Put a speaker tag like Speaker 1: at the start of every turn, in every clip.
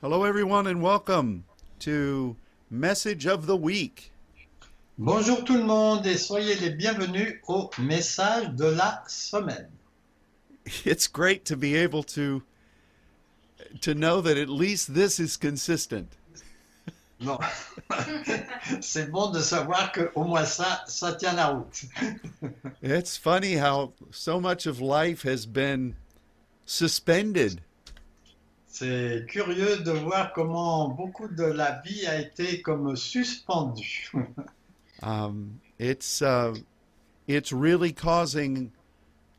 Speaker 1: Hello, everyone, and welcome to Message of the Week.
Speaker 2: Bonjour tout le monde et soyez les bienvenus au message de la semaine.
Speaker 1: It's great to be able to to know that at least this is consistent.
Speaker 2: Bon, c'est bon de savoir que au moins ça, ça tient la route.
Speaker 1: It's funny how so much of life has been suspended.
Speaker 2: C'est curieux de voir comment beaucoup de la vie a été comme suspendue.
Speaker 1: Um, it's uh, it's really causing,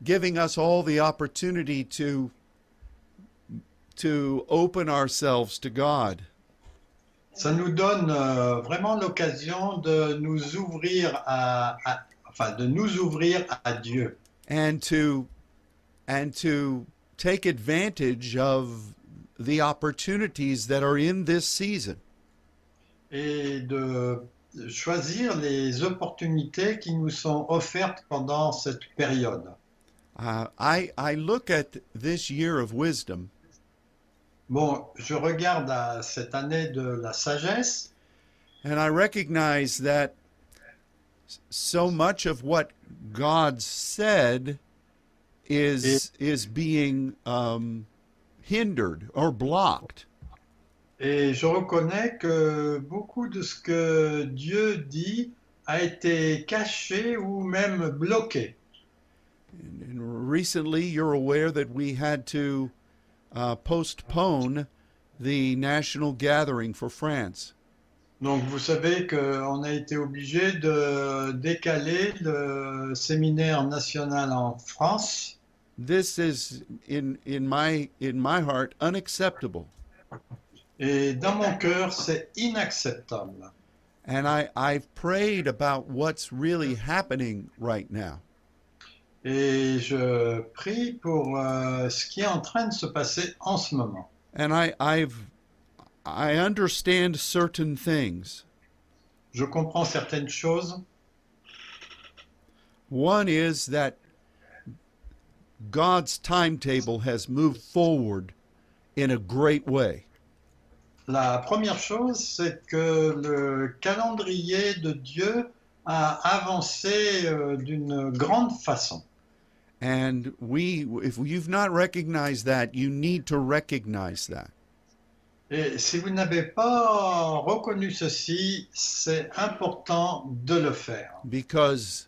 Speaker 1: giving us all the opportunity to to open ourselves to God.
Speaker 2: Ça nous donne euh, vraiment l'occasion de nous ouvrir à, à- enfin de nous ouvrir à Dieu
Speaker 1: and to and to take advantage of the opportunities that are in this season.
Speaker 2: et de choisir les opportunités qui nous sont offertes pendant cette période.
Speaker 1: Uh, I I look at this year of wisdom,
Speaker 2: Bon, je regarde à cette année de la sagesse
Speaker 1: and I recognize that s- so much of what God said is is being um, hindered or blocked.
Speaker 2: et je reconnais que beaucoup de ce que Dieu dit a été caché ou même bloqué.
Speaker 1: And, and recently, you're aware that we had to uh, postpone the national gathering for France.
Speaker 2: Donc vous savez qu'on a été obligé de décaler le séminaire national en France.
Speaker 1: This is, in in my in my heart, unacceptable.
Speaker 2: Et dans mon cœur, c'est inacceptable.
Speaker 1: And I I've prayed about what's really happening right now.
Speaker 2: Et je prie pour euh, ce qui est en train de se passer en ce moment.
Speaker 1: And I I've I understand certain things.
Speaker 2: Je comprends certaines choses.
Speaker 1: One is that God's timetable has moved forward in a great way.
Speaker 2: La première chose, c'est que le calendrier de Dieu a avancé euh, d'une grande façon.
Speaker 1: And we, if you've not recognized that, you need to recognize that.
Speaker 2: Et si vous n'avez pas reconnu ceci, c'est important de le faire.
Speaker 1: Because,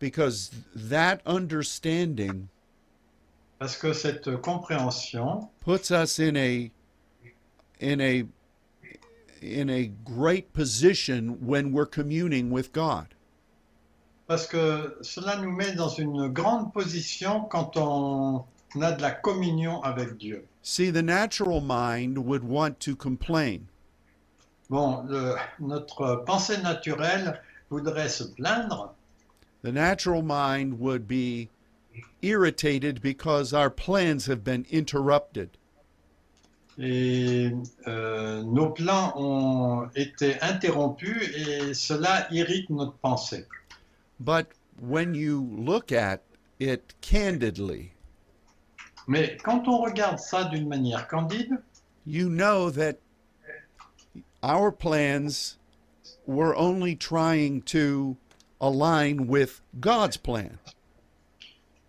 Speaker 1: because that understanding
Speaker 2: Parce que cette compréhension
Speaker 1: puts us in a, in a, in a great position when we're communing with God.
Speaker 2: Parce que cela nous met dans une grande position quand on a de la communion avec Dieu.
Speaker 1: See, the natural mind would want to complain.
Speaker 2: Bon, le- notre pensée naturelle voudrait se plaindre.
Speaker 1: The natural mind would be irritated because our plans have been interrupted.
Speaker 2: Et euh, nos plans ont été interrompus et cela irrite notre pensée.
Speaker 1: But when you look at it candidly,
Speaker 2: Mais quand on regarde ça d'une manière candide,
Speaker 1: you know that our plans were only trying to align with God's plan.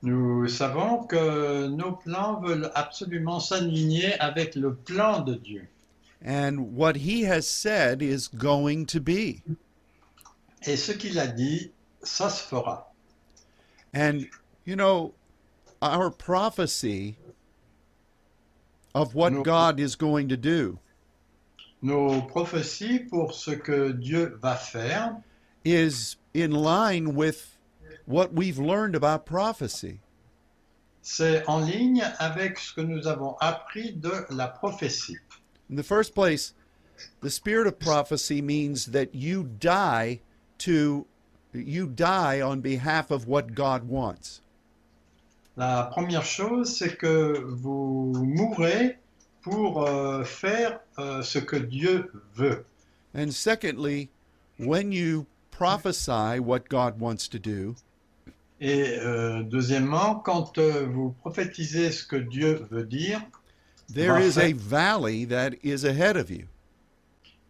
Speaker 2: nous savons que nos plans veulent absolument s'aligner avec le plan de Dieu.
Speaker 1: And what He has said is going to be.
Speaker 2: Et ce qu'il a dit, ça se fera.
Speaker 1: And, you know, our prophecy of what
Speaker 2: No.
Speaker 1: God is going to do
Speaker 2: Nos prophéties pour ce que Dieu va faire
Speaker 1: is in line with what we've learned about prophecy.
Speaker 2: c'est en ligne avec ce que nous avons appris de la prophétie.
Speaker 1: In the first place, the spirit of prophecy means that you die to you die on behalf of what God wants.
Speaker 2: La première chose, c'est que vous mourrez pour euh, faire euh, ce que Dieu veut.
Speaker 1: And secondly, when you prophesy what God wants to do,
Speaker 2: Et euh, deuxièmement, quand euh, vous prophétisez ce que Dieu veut dire,
Speaker 1: There is a valley that is ahead of you,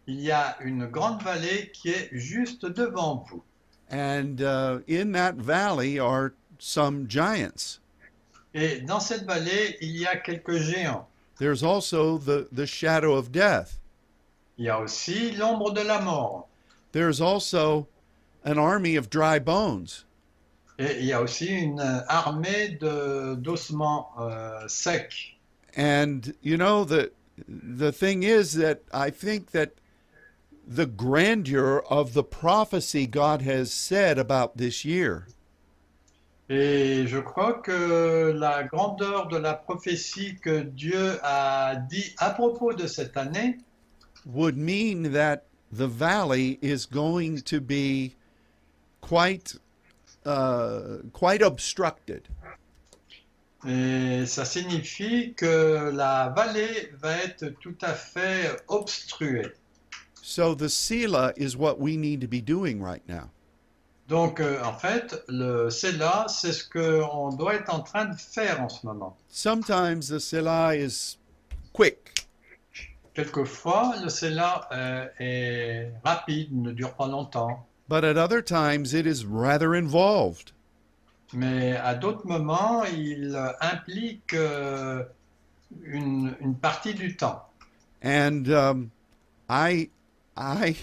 Speaker 2: Il y a une grande vallée qui est juste devant vous.
Speaker 1: and uh, in that valley are some giants.
Speaker 2: Et dans cette vallée, il y a quelques géants.
Speaker 1: There's also the, the shadow of death.
Speaker 2: Il y a aussi l'ombre de la mort.
Speaker 1: There's also an army of dry bones.
Speaker 2: Et il y a aussi une euh, armée de- d'ossements euh, secs.
Speaker 1: And you know the the thing is that I think that the grandeur of the prophecy God has said about this year
Speaker 2: Et je crois que la grandeur de la prophétie que Dieu a dit à propos de cette année,
Speaker 1: would mean that the valley is going to be quite uh, quite obstructed.
Speaker 2: et euh, ça signifie que la vallée va être tout à fait obstruée.
Speaker 1: So the Sila is what we need to be doing right now.
Speaker 2: Donc, euh, en fait, le là, c'est ce qu'on doit être en train de faire en ce moment.
Speaker 1: Sometimes the Sila is quick.
Speaker 2: Quelquefois, le cela est rapide, ne dure pas longtemps,
Speaker 1: But at other times, it is rather involved.
Speaker 2: mais à d'autres moments, il euh, implique euh, une, une partie du temps.
Speaker 1: And um, I, I,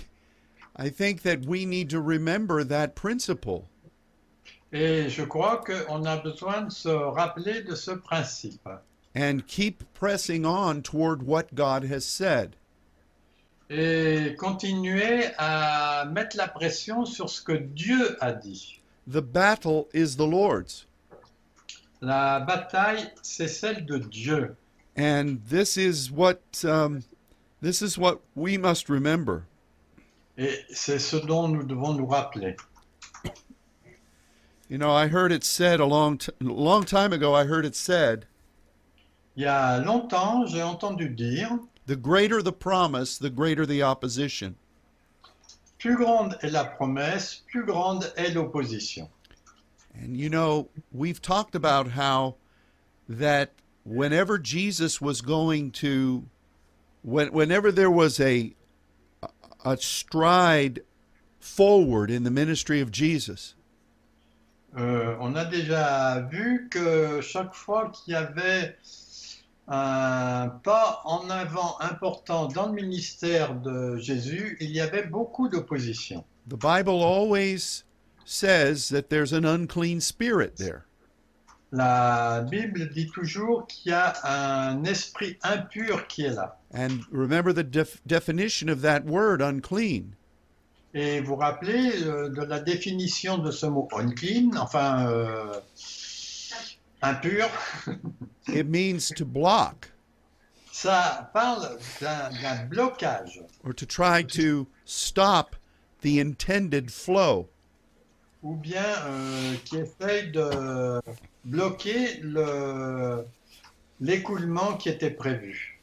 Speaker 1: I think that we need to remember that principle.
Speaker 2: Et je crois qu'on a besoin de se rappeler de ce principe
Speaker 1: And keep pressing on toward what God has said.
Speaker 2: et continuer à mettre la pression sur ce que Dieu a dit.
Speaker 1: The battle is the Lord's.
Speaker 2: La bataille, c'est celle de Dieu.
Speaker 1: And this is what um, this is what we must remember.
Speaker 2: Et c'est ce dont nous devons nous rappeler.
Speaker 1: You know, I heard it said a long, t- long time ago. I heard it said,
Speaker 2: Il y a longtemps, j'ai entendu dire,
Speaker 1: "The greater the promise, the greater the opposition."
Speaker 2: Plus grande est la promesse, plus grande est l'opposition.
Speaker 1: And you know, we've talked about how that whenever Jesus was going to, when, whenever there was a a stride forward in the ministry of Jesus,
Speaker 2: Euh, on a déjà vu que chaque fois qu'il y avait un pas en avant important dans le ministère de Jésus, il y avait beaucoup d'opposition.
Speaker 1: the Bible always says that there's an unclean spirit there.
Speaker 2: La Bible dit toujours qu'il y a un esprit impur qui est là.
Speaker 1: And remember the def- definition of that word, unclean.
Speaker 2: Et vous vous rappelez euh, de la définition de ce mot unclean, enfin euh, impur
Speaker 1: It means to block
Speaker 2: Ça parle d'un d'un blocage
Speaker 1: or to try to stop the intended flow.
Speaker 2: ou bien euh, qui essaye de bloquer le- l'écoulement qui était prévu.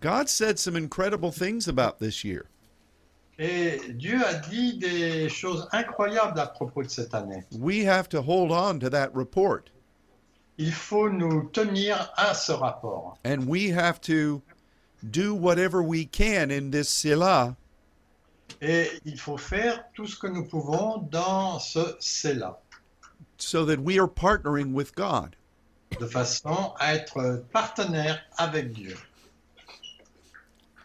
Speaker 1: God said some incredible things about this year.
Speaker 2: Et Dieu a dit des choses incroyables à propos de cette année.
Speaker 1: We have to hold on to that report
Speaker 2: Il faut nous tenir à ce rapport
Speaker 1: and we have to do whatever we can in this Sila
Speaker 2: et il faut faire tout ce que nous pouvons dans ce c'est-là,
Speaker 1: so that we are partnering with God.
Speaker 2: de façon à être partenaire avec Dieu.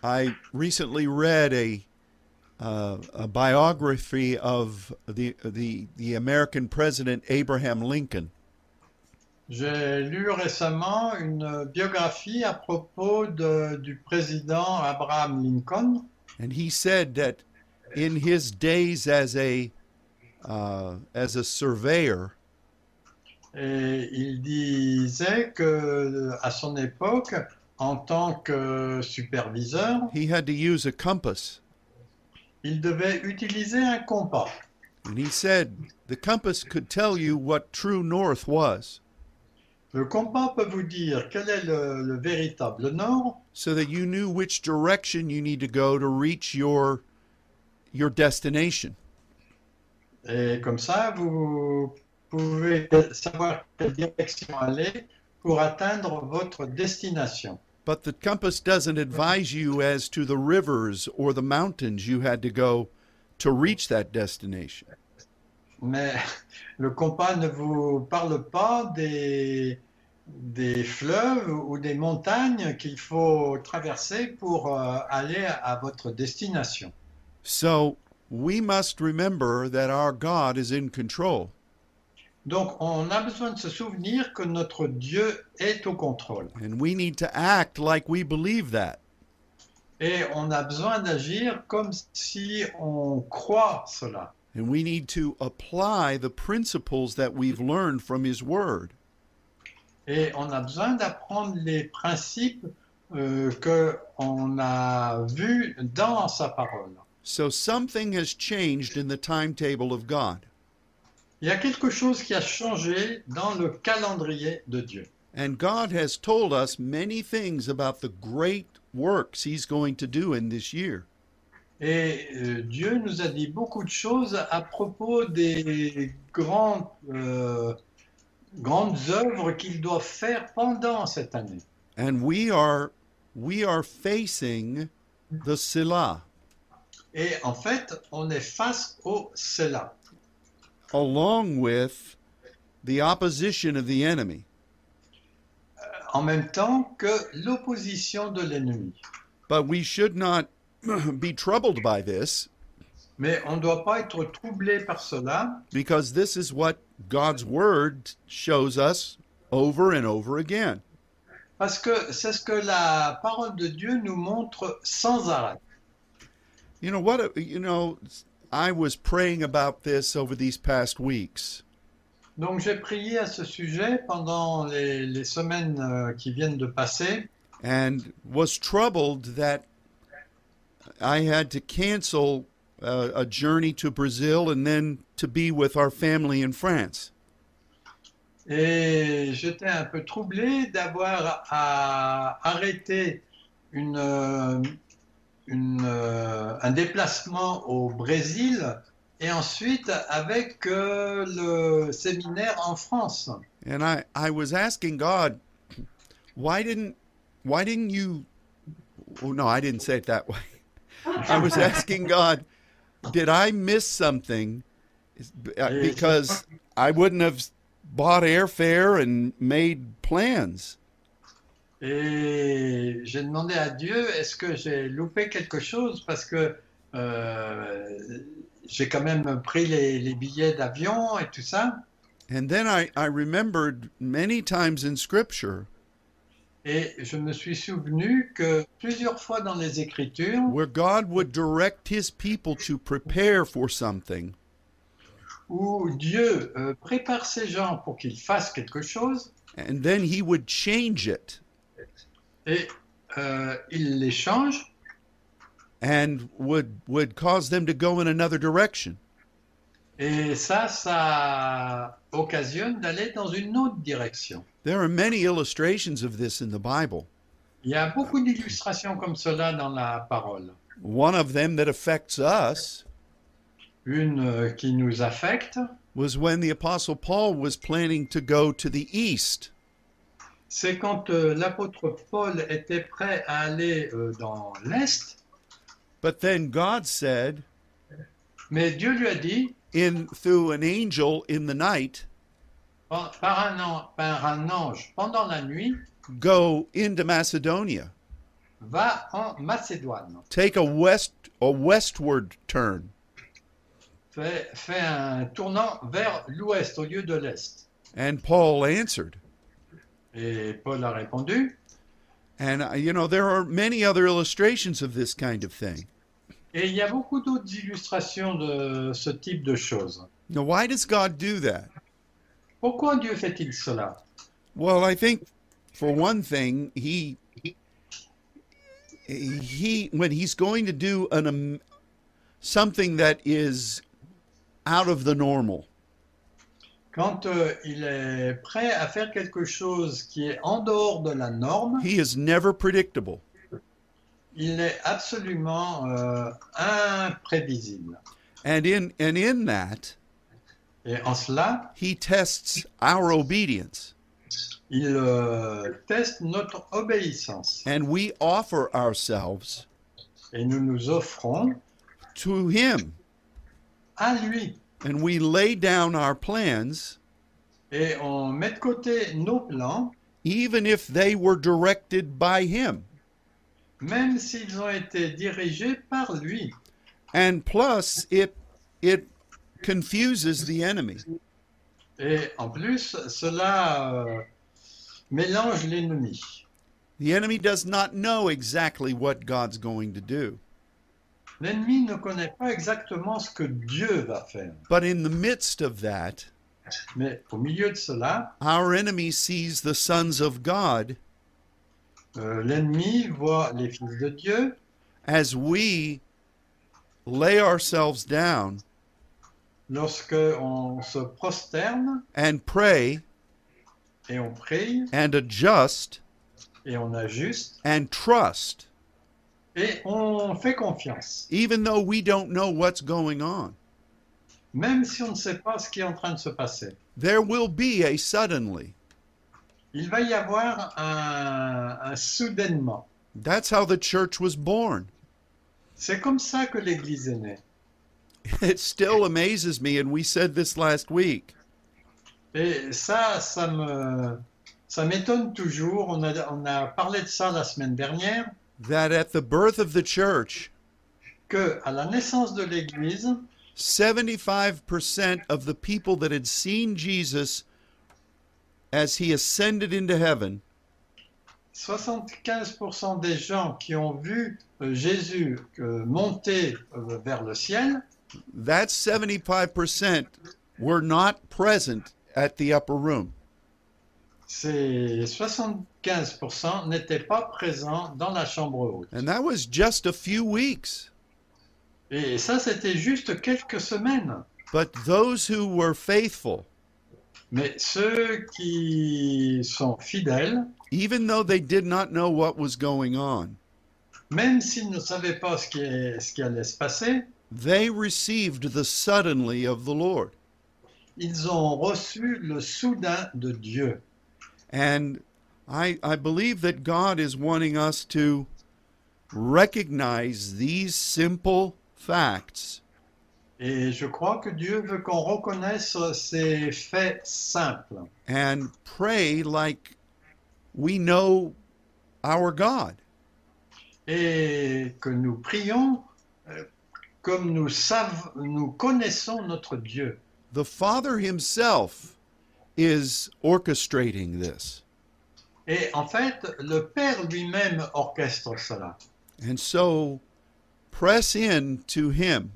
Speaker 1: I recently read a uh, a biography of the, the the American president Abraham Lincoln,
Speaker 2: J'ai lu récemment une biographie à propos de- du président Abraham Lincoln
Speaker 1: and he said that in his days as a uh, as a surveyor,
Speaker 2: et il disait que à son époque, en tant que superviseur,
Speaker 1: he had to use a compass.
Speaker 2: il devait utiliser un compas.
Speaker 1: And he said the compass could tell you what true north was
Speaker 2: Le compas peut vous dire quel est le, le véritable nord
Speaker 1: so that you knew which direction you need to go to reach your your destination.
Speaker 2: et comme ça vous pouvez savoir quelle direction aller pour atteindre votre destination.
Speaker 1: But the compass doesn't advise you as to the rivers or the mountains you had to go to reach that destination.
Speaker 2: Mais le compas ne vous parle pas des, des fleuves ou des montagnes qu'il faut traverser pour euh, aller à votre destination.
Speaker 1: So we must remember that our God is in control.
Speaker 2: Donc on a besoin de se souvenir que notre Dieu est au contrôle.
Speaker 1: And we need to act like we believe that.
Speaker 2: Et on a besoin d'agir comme si on croit cela.
Speaker 1: And we need to apply the principles that we've learned from His Word.
Speaker 2: Et on a besoin d'apprendre les principes euh, que on a vus dans sa parole.
Speaker 1: So something has changed in the timetable of God.
Speaker 2: Il y a quelque chose qui a changé dans le calendrier de Dieu.
Speaker 1: And God has told us many things about the great works He's going to do in this year.
Speaker 2: Et euh, Dieu nous a dit beaucoup de choses à propos des grandes, euh, grandes œuvres qu'il doit faire pendant cette année.
Speaker 1: And we are we are facing the Sila.
Speaker 2: Et en fait, on est face au cela,
Speaker 1: along with the opposition of the enemy.
Speaker 2: en même temps que l'opposition de l'ennemi.
Speaker 1: But we should not be troubled by this
Speaker 2: Mais on ne doit pas être troublé par cela,
Speaker 1: because this is what God's word shows us over and over again.
Speaker 2: parce que c'est ce que la parole de Dieu nous montre sans arrêt.
Speaker 1: You know what you know I was praying about this over these past weeks
Speaker 2: Donc j'ai prié à ce sujet pendant les, les semaines euh, qui viennent de passer
Speaker 1: and was troubled that I had to cancel uh, a journey to Brazil and then to be with our family in France.
Speaker 2: et j'étais un peu troublé d'avoir à arrêter une, euh, une, euh, un déplacement au Brésil et ensuite avec euh, le séminaire en France.
Speaker 1: And I, I was asking God, why didn't why didn't you oh no, I didn't say it that way. I was asking God, did I miss something Is- b- uh,
Speaker 2: Yes.
Speaker 1: because I wouldn't have bought airfare and made plans.
Speaker 2: Et j'ai demandé à Dieu, est-ce que j'ai loupé quelque chose? Parce que euh, j'ai quand même pris les, les billets d'avion et tout ça.
Speaker 1: And then I, I remembered many times in scripture
Speaker 2: Et je me suis souvenu que plusieurs fois dans les Écritures,
Speaker 1: where God would direct his people to prepare for something
Speaker 2: où Dieu euh, prépare ses gens pour qu'ils fassent quelque chose,
Speaker 1: and then he would change it.
Speaker 2: et euh, il les change,
Speaker 1: And would would cause them to go in another direction.
Speaker 2: et ça, ça occasionne d'aller dans une autre direction.
Speaker 1: There are many illustrations of this in the Bible.
Speaker 2: Il y a beaucoup d'illustrations comme cela dans la parole.
Speaker 1: One of them that affects us
Speaker 2: Une euh, qui nous affecte,
Speaker 1: was when the Apostle Paul was planning to go to the east.
Speaker 2: c'est quand euh, l'apôtre Paul était prêt à aller euh, dans l'Est,
Speaker 1: But then God said,
Speaker 2: mais Dieu lui a dit,
Speaker 1: in through an angel in the night,
Speaker 2: par oh, par un, an- par un ange pendant la nuit,
Speaker 1: go into Macedonia.
Speaker 2: va en Macédoine.
Speaker 1: Take a west a westward turn.
Speaker 2: Fais fais un tournant vers l'ouest au lieu de l'est.
Speaker 1: And Paul answered.
Speaker 2: Et Paul a répondu.
Speaker 1: And uh, you know there are many other illustrations of this kind of thing.
Speaker 2: Et il y a beaucoup d'autres illustrations de ce type de choses.
Speaker 1: Now why does God do that?
Speaker 2: Pourquoi Dieu fait-il cela
Speaker 1: Well, I think for one thing, he he when he's going to do an am- something that is out of the normal,
Speaker 2: Quand euh, il est prêt à faire quelque chose qui est en dehors de la norme,
Speaker 1: he is never predictable.
Speaker 2: il est absolument euh, imprévisible.
Speaker 1: And in and in that,
Speaker 2: Et en cela,
Speaker 1: he tests our obedience.
Speaker 2: il euh, teste notre obéissance.
Speaker 1: and we offer ourselves
Speaker 2: Et nous nous offrons
Speaker 1: to Him.
Speaker 2: à lui.
Speaker 1: And we lay down our plans,
Speaker 2: Et on met de côté nos plans,
Speaker 1: even if they were directed by Him.
Speaker 2: même s'ils ont été dirigés par lui.
Speaker 1: And plus, it, it confuses the enemy.
Speaker 2: Et en plus, cela euh, mélange l'ennemi.
Speaker 1: The enemy does not know exactly what God's going to do.
Speaker 2: L'ennemi ne connaît pas exactement ce que Dieu va faire.
Speaker 1: But in the midst of that,
Speaker 2: Mais au milieu de cela,
Speaker 1: our enemy sees the sons of God
Speaker 2: euh, l'ennemi voit les fils de Dieu
Speaker 1: as we lay ourselves down
Speaker 2: lorsque on se prosterne
Speaker 1: and pray
Speaker 2: et on prie
Speaker 1: and adjust
Speaker 2: et on ajuste
Speaker 1: and trust,
Speaker 2: et on fait confiance,
Speaker 1: even though we don't know what's going on.
Speaker 2: même si on ne sait pas ce qui est en train de se passer.
Speaker 1: There will be a suddenly.
Speaker 2: Il va y avoir un, un soudainement.
Speaker 1: That's how the church was born.
Speaker 2: C'est comme ça que l'Église est née.
Speaker 1: It still amazes me, and we said this last week.
Speaker 2: Et ça, ça me, ça m'étonne toujours. On a, on a parlé de ça la semaine dernière,
Speaker 1: that at the birth of the church,
Speaker 2: que à la naissance de l'Église,
Speaker 1: 75% of the people that had seen Jesus as he ascended into heaven
Speaker 2: 75% des gens qui ont vu euh, Jésus euh, monter euh, vers le ciel,
Speaker 1: that 75% were not present at the upper room.
Speaker 2: ces 75% n'étaient pas présents dans la chambre haute.
Speaker 1: And that was just a few weeks.
Speaker 2: Et ça, c'était juste quelques semaines.
Speaker 1: But those who were faithful,
Speaker 2: Mais ceux qui sont fidèles,
Speaker 1: even though they did not know what was going on,
Speaker 2: même s'ils ne savaient pas ce qui, est- ce qui allait se passer,
Speaker 1: they received the suddenly of the Lord.
Speaker 2: ils ont reçu le soudain de Dieu.
Speaker 1: And I, I believe that God is wanting us to recognize these simple facts
Speaker 2: Et je crois que Dieu veut qu'on reconnaisse ces faits simples.
Speaker 1: and pray like we know our God.
Speaker 2: et que nous prions euh, comme nous, savons, nous connaissons notre Dieu.
Speaker 1: The Father Himself is orchestrating this.
Speaker 2: Et en fait, le Père lui-même orchestre cela.
Speaker 1: And so press in to Him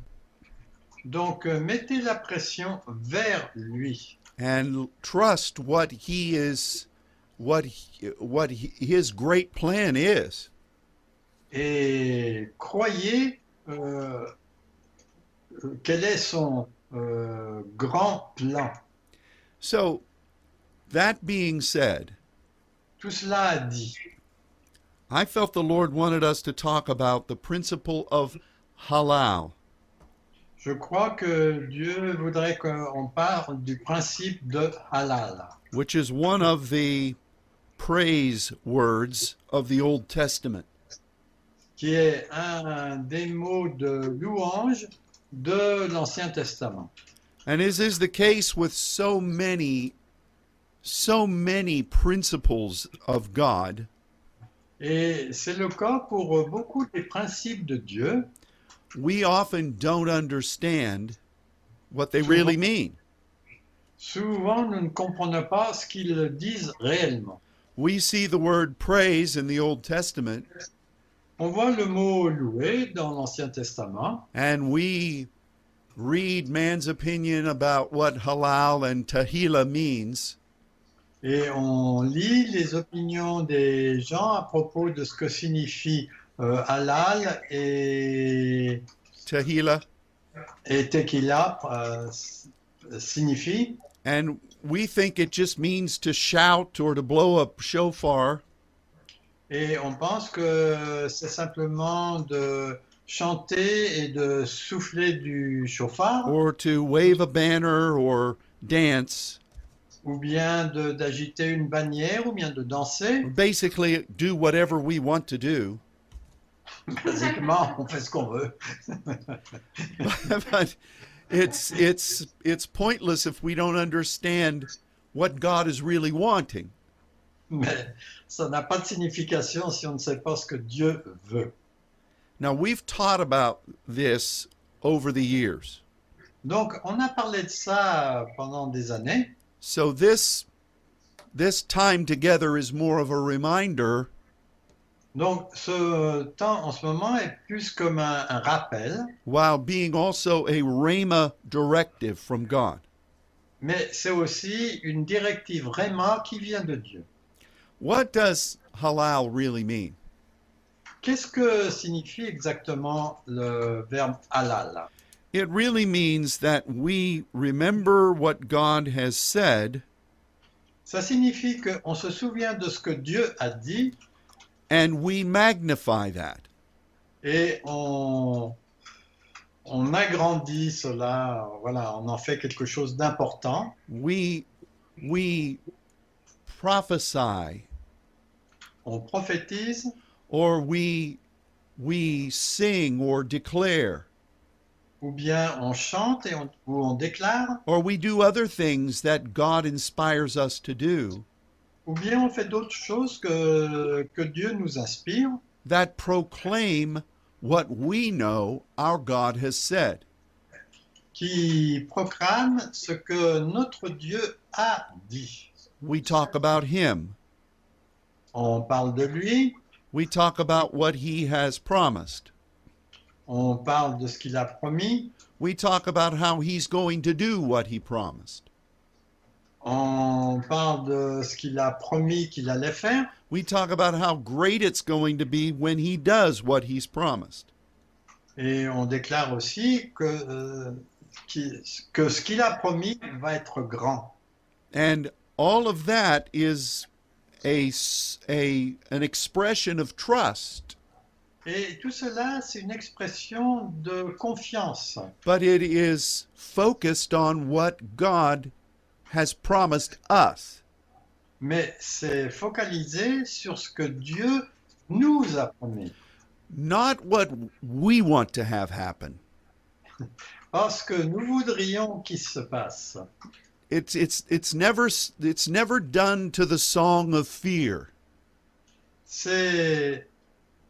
Speaker 2: Donc euh, mettez la pression vers lui
Speaker 1: and trust what He is, what, he- what he- His great plan is.
Speaker 2: et croyez euh, euh, quel est son euh, grand plan.
Speaker 1: So, that being said,
Speaker 2: Tout cela a dit.
Speaker 1: I felt the Lord wanted us to talk about the principle of halal.
Speaker 2: Je crois que Dieu voudrait qu'on parle du principe de halal.
Speaker 1: which is one of the praise words of the Old Testament.
Speaker 2: qui est un des mots de louange de l'Ancien Testament.
Speaker 1: And as is the case with so many, so many principles of God,
Speaker 2: Et c'est le cas pour beaucoup des principes de Dieu.
Speaker 1: we often don't understand what they really mean.
Speaker 2: Souvent, nous ne comprenons pas ce qu'ils disent réellement.
Speaker 1: We see the word praise in the Old Testament,
Speaker 2: On voit le mot louer dans l'Ancien Testament
Speaker 1: and we read man's opinion about what halal and tahila means,
Speaker 2: et on lit les opinions des gens à propos de ce que signifie euh, halal et,
Speaker 1: tahila,
Speaker 2: et tequila euh, s- signifie.
Speaker 1: and we think it just means to shout or to blow a shofar.
Speaker 2: Et on pense que c'est simplement de chanter et de souffler du chauffard
Speaker 1: or to wave a banner or dance.
Speaker 2: ou bien de- d'agiter une bannière, ou bien de danser.
Speaker 1: Basically, do whatever we want to do.
Speaker 2: Basiquement, on fait ce qu'on veut.
Speaker 1: but it's it's it's pointless if we don't understand what God is really wanting.
Speaker 2: Mais ça n'a pas de signification si on ne sait pas ce que Dieu veut.
Speaker 1: Now we've taught about this over the years.
Speaker 2: Donc, on a parlé de ça pendant des années.
Speaker 1: So this this time together is more of a reminder
Speaker 2: Donc, ce temps en ce moment est plus comme un, un rappel,
Speaker 1: while being also a rhema directive from God.
Speaker 2: mais c'est aussi une directive vraiment qui vient de Dieu.
Speaker 1: What does halal really mean?
Speaker 2: Qu'est-ce que signifie exactement le verbe halal
Speaker 1: It really means that we remember what God has said
Speaker 2: Ça signifie qu'on se souvient de ce que Dieu a dit
Speaker 1: and we magnify that.
Speaker 2: et on, on agrandit cela, voilà, on en fait quelque chose d'important.
Speaker 1: we we prophesy
Speaker 2: On prophétise,
Speaker 1: or we we sing or declare
Speaker 2: ou bien on chante et on, ou on déclare,
Speaker 1: or we do other things that God inspires us to do
Speaker 2: ou bien on fait d'autres choses que, que Dieu nous inspire,
Speaker 1: that proclaim what we know our God has said.
Speaker 2: qui proclament ce que notre Dieu a dit.
Speaker 1: We talk about him.
Speaker 2: On parle de lui,
Speaker 1: We talk about what he has promised.
Speaker 2: on parle de ce qu'il a promis,
Speaker 1: We talk about how he's going to do what he promised.
Speaker 2: on parle de ce qu'il a promis qu'il allait faire,
Speaker 1: We talk about how great it's going to be when he does what he's promised.
Speaker 2: et on déclare aussi que, euh, qui- que ce qu'il a promis va être grand.
Speaker 1: And all of that is a, s- a an expression of trust,
Speaker 2: Et tout cela, c'est une expression de confiance,
Speaker 1: but it is focused on what God has promised us.
Speaker 2: mais c'est focalisé sur ce que Dieu nous a promis.
Speaker 1: Not what we want to have happen.
Speaker 2: Parce que nous voudrions qu'il se passe.
Speaker 1: It's it's it's never s- it's never done to the song of fear.
Speaker 2: C'est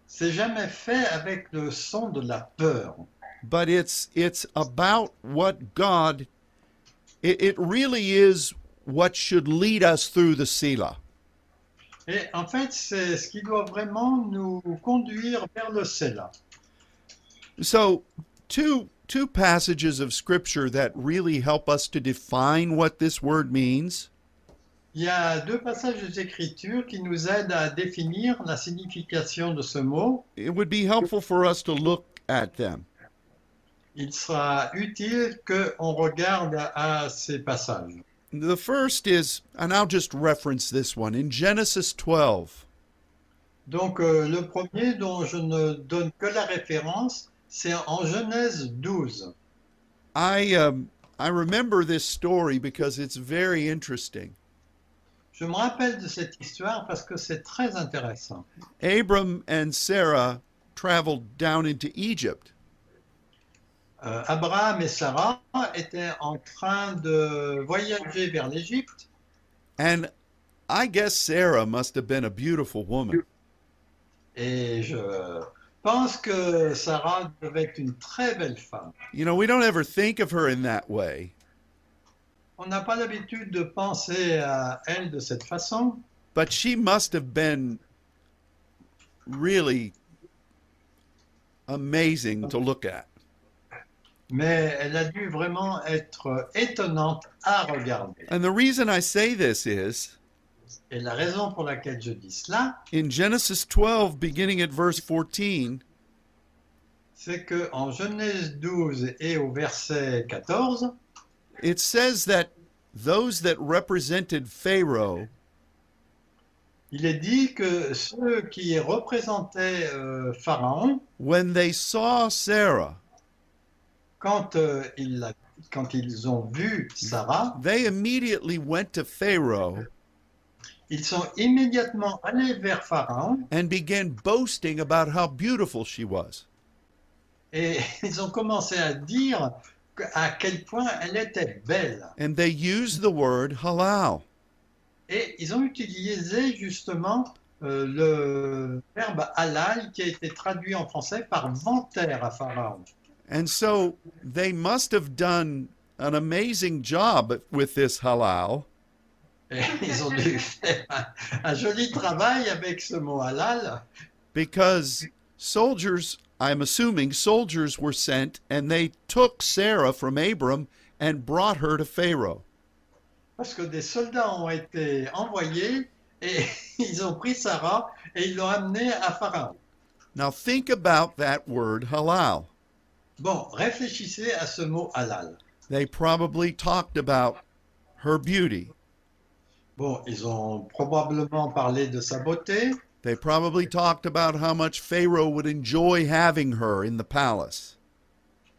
Speaker 2: c'est jamais fait avec le son de la peur.
Speaker 1: but it's it's about what God it, it really is what should lead us through the Sila.
Speaker 2: Et en fait, c'est ce qui doit vraiment nous conduire vers le Sela.
Speaker 1: So two two passages of scripture that really help us to define what this word means
Speaker 2: Il y a deux passages des Écritures qui nous aident à définir la signification de ce mot.
Speaker 1: it would be helpful for us to look at them
Speaker 2: Il sera utile qu'on regarde à ces passages.
Speaker 1: the first is and i'll just reference this one in genesis 12
Speaker 2: Donc, euh, le premier dont je ne donne que la référence, c'est en Genèse 12.
Speaker 1: i um, i remember this story because it's very interesting
Speaker 2: Je me rappelle de cette histoire parce que c'est très intéressant.
Speaker 1: Abram and Sarah traveled down into Egypt,
Speaker 2: Euh, Abraham et Sarah étaient en train de voyager vers l'Égypte
Speaker 1: and I guess Sarah must have been a beautiful woman.
Speaker 2: et je pense que Sarah devait être une très belle femme.
Speaker 1: You know, we don't ever think of her in that way,
Speaker 2: On n'a pas l'habitude de penser à elle de cette façon,
Speaker 1: but she must have been really amazing to look at.
Speaker 2: mais elle a dû vraiment être étonnante à regarder.
Speaker 1: And the reason I say this is
Speaker 2: Et la raison pour laquelle je dis cela,
Speaker 1: in Genesis 12, beginning at verse 14,
Speaker 2: c'est que en Genèse 12 et au verset 14,
Speaker 1: it says that those that represented Pharaoh
Speaker 2: il est dit que ceux qui représentaient euh, Pharaon
Speaker 1: when they saw Sarah
Speaker 2: quand euh, ils la quand ils ont vu Sarah,
Speaker 1: they immediately went to Pharaoh
Speaker 2: ils sont immédiatement allés vers Pharaon
Speaker 1: and began boasting about how beautiful she was.
Speaker 2: et ils ont commencé à dire que- à quel point elle était belle.
Speaker 1: And they used the word halal.
Speaker 2: Et ils ont utilisé justement euh, le verbe halal qui a été traduit en français par vantaire à Pharaon.
Speaker 1: And so they must have done an amazing job with this halal
Speaker 2: Et ils ont dû faire un, un joli travail avec ce mot halal
Speaker 1: because soldiers, I'm assuming, soldiers were sent and they took Sarah from Abram and brought her to Pharaoh.
Speaker 2: parce que des soldats ont été envoyés et ils ont pris Sarah et ils l'ont amenée à Pharaon.
Speaker 1: Now think about that word halal.
Speaker 2: Bon, réfléchissez à ce mot halal.
Speaker 1: They probably talked about her beauty.
Speaker 2: Bon, ils ont probablement parlé de sa beauté,
Speaker 1: They probably talked about how much Pharaoh would enjoy having her in the palace.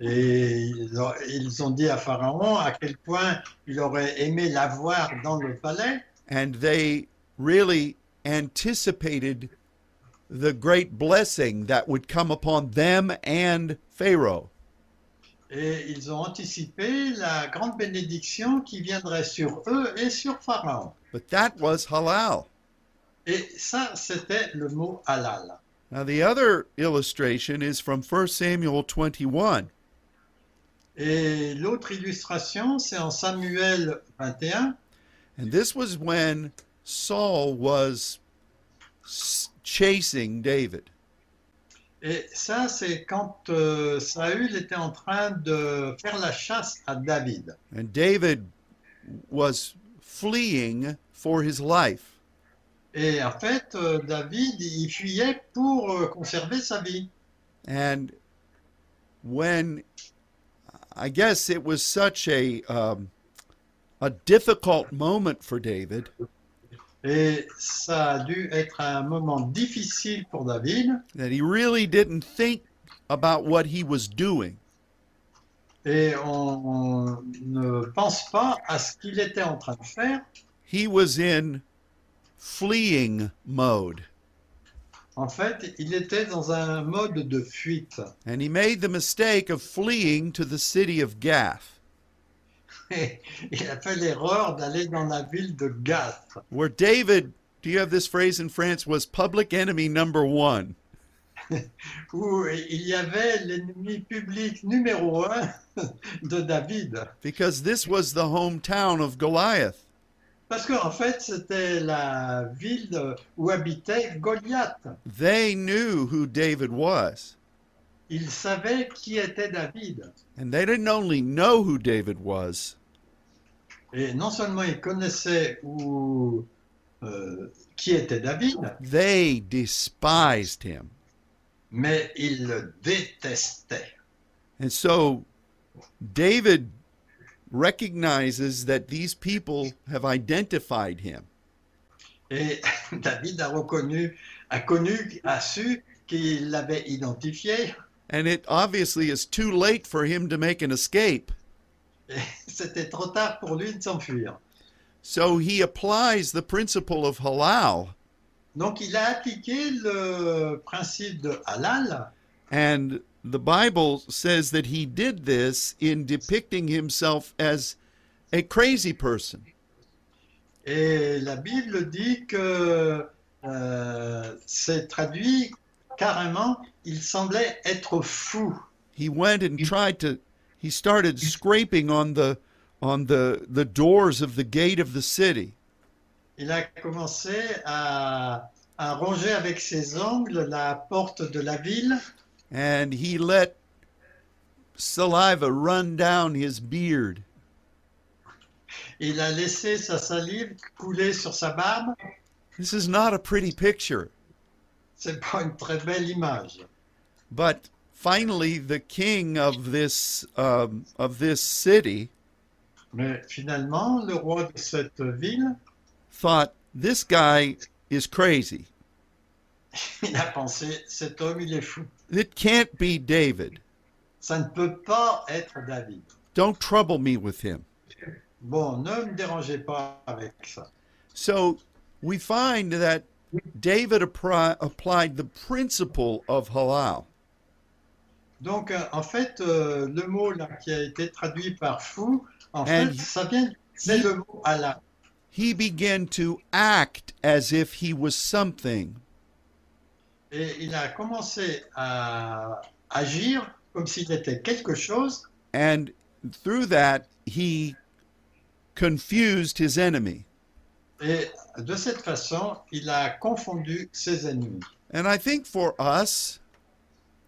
Speaker 2: Et ils ont, ils ont dit à Pharaon à quel point il aurait aimé la voir dans le palais.
Speaker 1: and they really anticipated the great blessing that would come upon them and Pharaoh.
Speaker 2: Et ils ont anticipé la grande bénédiction qui viendrait sur eux et sur Pharaon.
Speaker 1: But that was halal.
Speaker 2: Et ça, c'était le mot halal.
Speaker 1: Now, the other illustration is from 1 Samuel 21.
Speaker 2: Et l'autre illustration, c'est en Samuel 21.
Speaker 1: And this was when Saul was s- chasing David.
Speaker 2: Et ça, c'est quand euh, Saül était en train de faire la chasse à David.
Speaker 1: And David was fleeing for his life.
Speaker 2: Et en fait, euh, David, il fuyait pour euh, conserver sa vie.
Speaker 1: And when I guess it was such a um, a difficult moment for David
Speaker 2: Et ça a dû être un moment difficile pour David.
Speaker 1: that he really didn't think about what he was doing.
Speaker 2: Et on, on ne pense pas à ce qu'il était en train de faire.
Speaker 1: He was in fleeing mode,
Speaker 2: En fait, il était dans un mode de fuite.
Speaker 1: and he made the mistake of fleeing to the city of Gath,
Speaker 2: Et il a fait l'erreur d'aller dans la ville de Gath.
Speaker 1: where David. Do you have this phrase in France? Was public enemy number one.
Speaker 2: où il y avait l'ennemi public numéro un de David.
Speaker 1: Because this was the hometown of Goliath.
Speaker 2: Parce qu'en fait, c'était la ville où habitait Goliath.
Speaker 1: They knew who David was.
Speaker 2: Il savait qui était David.
Speaker 1: And they didn't only know who David was,
Speaker 2: Et non seulement ils connaissaient où, euh, qui était David,
Speaker 1: they despised him.
Speaker 2: mais ils le détestaient.
Speaker 1: And so David recognizes that these people have identified him.
Speaker 2: Et David a reconnu, a connu, a su qu'il l'avait identifié.
Speaker 1: And it obviously is too late for him to make an escape.
Speaker 2: Et C'était trop tard pour lui de s'enfuir.
Speaker 1: So he applies the principle of halal
Speaker 2: Donc il a appliqué le principe de halal.
Speaker 1: And the Bible says that he did this in depicting himself as a crazy person.
Speaker 2: Et la Bible dit que euh, c'est traduit carrément, il semblait être fou.
Speaker 1: He went and tried to he started scraping on the on the the doors of the gate of the city.
Speaker 2: Il a commencé à, à ronger avec ses ongles la porte de la ville
Speaker 1: And he let saliva run down his beard.
Speaker 2: et il a laissé sa salive couler sur sa barbe.
Speaker 1: This is not a pretty picture.
Speaker 2: C'est pas une très belle image.
Speaker 1: But finally the king of this um, of this city
Speaker 2: Mais finalement, le roi de cette ville,
Speaker 1: thought this guy is crazy.
Speaker 2: il a pensé cet homme, il est fou.
Speaker 1: It can't be David.
Speaker 2: Ça ne peut pas être David.
Speaker 1: Don't trouble me with him.
Speaker 2: Bon, ne me dérangez pas avec ça.
Speaker 1: So we find that David appri- applied the principle of halal.
Speaker 2: Donc, euh, en fait, euh, le mot là, qui a été traduit par fou, en
Speaker 1: And-
Speaker 2: fait, ça vient, c'est le mot Allah.
Speaker 1: He began to act as if he was something.
Speaker 2: Et il a commencé à agir comme s'il était quelque chose,
Speaker 1: And through that, he confused his enemy.
Speaker 2: et de cette façon, il a confondu ses ennemis.
Speaker 1: And I think for us,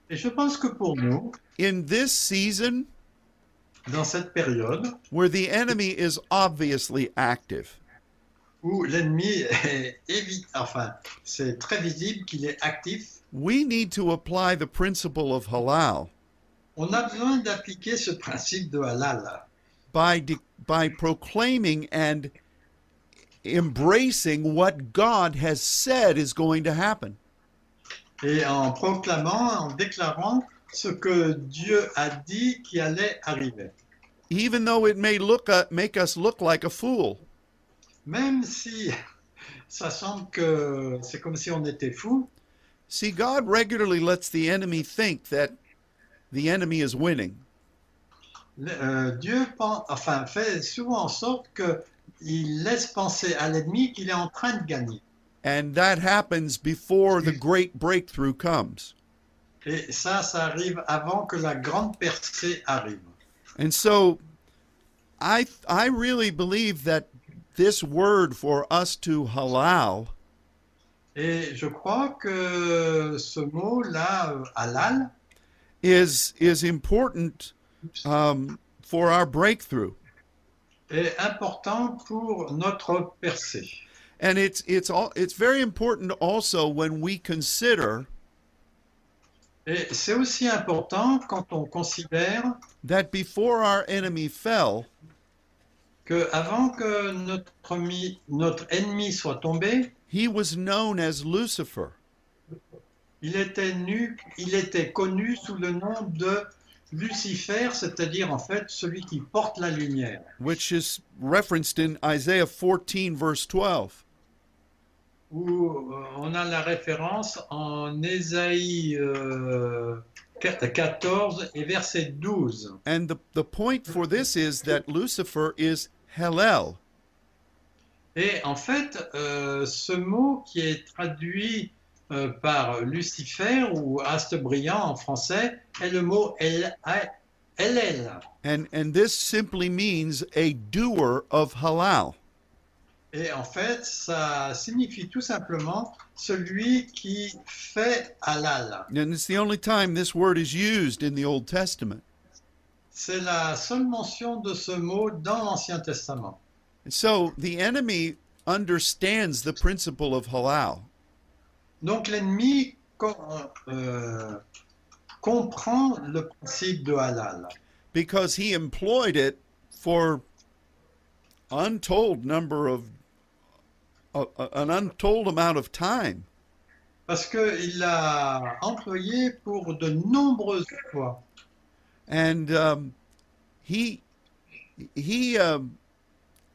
Speaker 2: Et je pense que pour nous,
Speaker 1: in this season
Speaker 2: dans cette période
Speaker 1: where the enemy is obviously active,
Speaker 2: où l'ennemi est évi- enfin, c'est très visible qu'il est actif,
Speaker 1: we need to apply the principle of halal
Speaker 2: on a besoin d'appliquer ce principe de halal
Speaker 1: by, de- by proclaiming and embracing what God has said is going to happen.
Speaker 2: et en proclamant, en déclarant ce que Dieu a dit qui allait arriver.
Speaker 1: Even though it may look uh, make us look like a fool,
Speaker 2: Même si ça semble que c'est comme si on était fou,
Speaker 1: see, God regularly lets the enemy think that the enemy is winning.
Speaker 2: le- euh, Dieu pen- enfin, fait souvent en sorte qu'il laisse penser à l'ennemi qu'il est en train de gagner.
Speaker 1: And that happens before the great breakthrough comes.
Speaker 2: Et ça, ça arrive avant que la grande percée arrive.
Speaker 1: And so I I really believe that this word for us to halal
Speaker 2: Et je crois que ce mot-là, euh, halal,
Speaker 1: is is important um, for our breakthrough.
Speaker 2: est important pour notre percée.
Speaker 1: And it's it's all it's very important also when we consider
Speaker 2: Et c'est aussi important quand on considère
Speaker 1: that before our enemy fell,
Speaker 2: que avant que notre, mi- notre ennemi soit tombé,
Speaker 1: he was known as Lucifer.
Speaker 2: il était nu, il était connu sous le nom de Lucifer, c'est-à-dire en fait celui qui porte la lumière,
Speaker 1: Which is referenced in Isaiah 14, verse 12.
Speaker 2: où euh, on a la référence en Ésaïe euh, 14 et verset 12.
Speaker 1: And the, the point for this is that Lucifer is Hellel,
Speaker 2: Et en fait, euh, ce mot qui est traduit euh, par Lucifer ou Aste brillant en français est le mot El- A- Hellel.
Speaker 1: and, and this simply means a doer of halal.
Speaker 2: Et en fait, ça signifie tout simplement celui qui fait halal.
Speaker 1: And it's the only time this word is used in the Old Testament.
Speaker 2: C'est la seule mention de ce mot dans l'Ancien Testament.
Speaker 1: And so the enemy understands the principle of halal.
Speaker 2: Donc l'ennemi com- euh, comprend le principe de halal.
Speaker 1: because he employed it for untold number of a, a- an untold amount of time
Speaker 2: Parce qu'il l'a employé pour de nombreuses fois.
Speaker 1: and um, he he um,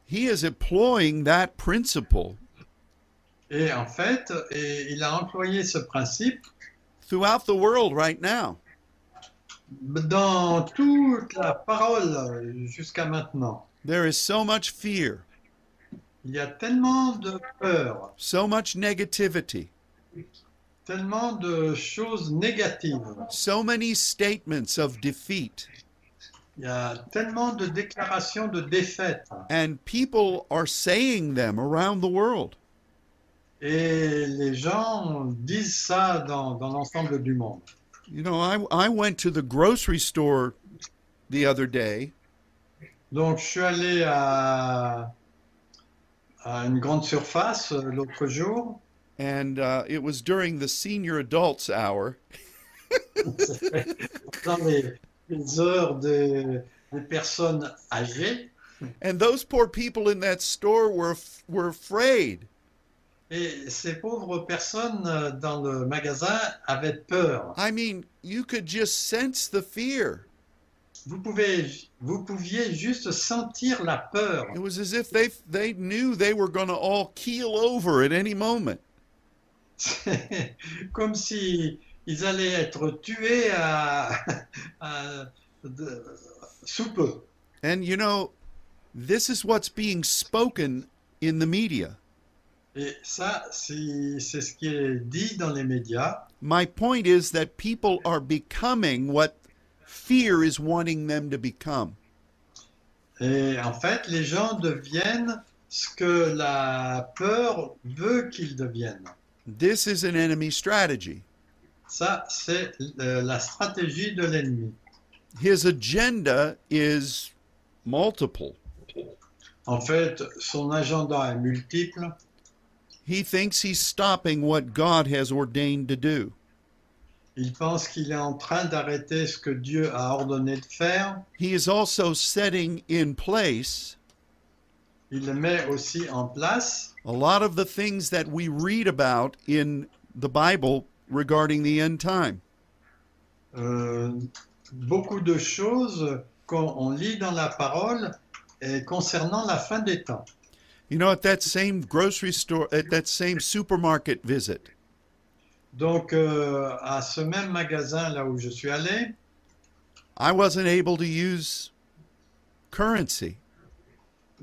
Speaker 1: he is employing that principle
Speaker 2: Et en fait, et il a employé ce principe
Speaker 1: throughout the world right now
Speaker 2: dans toute la parole jusqu'à maintenant.
Speaker 1: there is so much fear
Speaker 2: Il y a tellement de peur,
Speaker 1: so much negativity
Speaker 2: tellement de choses négatives.
Speaker 1: so many statements of defeat
Speaker 2: Il y a tellement de déclarations de défaite.
Speaker 1: and people are saying them around the world
Speaker 2: Et les gens disent ça dans, dans l'ensemble du monde.
Speaker 1: You know, I, I went to the grocery store the other day
Speaker 2: Donc, je suis allé à, à une grande surface euh, l'autre jour.
Speaker 1: and uh, it was during the senior adults hour
Speaker 2: dans les, les heures des, des personnes âgées.
Speaker 1: and those poor people in that store were af- were afraid
Speaker 2: Et ces pauvres personnes euh, dans le magasin avaient peur.
Speaker 1: i mean you could just sense the fear
Speaker 2: vous, pouvez, vous pouviez juste sentir la peur.
Speaker 1: It was as if they they knew they were going to all keel over at any moment.
Speaker 2: C'est comme si ils allaient être tués à, à- de- sous peu.
Speaker 1: And you know, this is what's being spoken in the media.
Speaker 2: Et ça, c'est c'est ce qui est dit dans les médias.
Speaker 1: My point is that people are becoming what fear is wanting them to become.
Speaker 2: Et en fait, les gens deviennent ce que la peur veut qu'ils deviennent.
Speaker 1: This is an enemy strategy.
Speaker 2: Ça, c'est euh, la stratégie de l'ennemi.
Speaker 1: His agenda is multiple.
Speaker 2: En fait, son agenda est multiple.
Speaker 1: He thinks he's stopping what God has ordained to do.
Speaker 2: Il pense qu'il est en train d'arrêter ce que Dieu a ordonné de faire.
Speaker 1: He is also setting in place
Speaker 2: Il le met aussi en place
Speaker 1: a lot of the things that we read about in the Bible regarding the end time.
Speaker 2: euh, beaucoup de choses qu'on on lit dans la parole et concernant la fin des temps.
Speaker 1: You know, at that same grocery store, at that same supermarket visit,
Speaker 2: Donc, euh, à ce même magasin là où je suis allé,
Speaker 1: I wasn't able to use currency.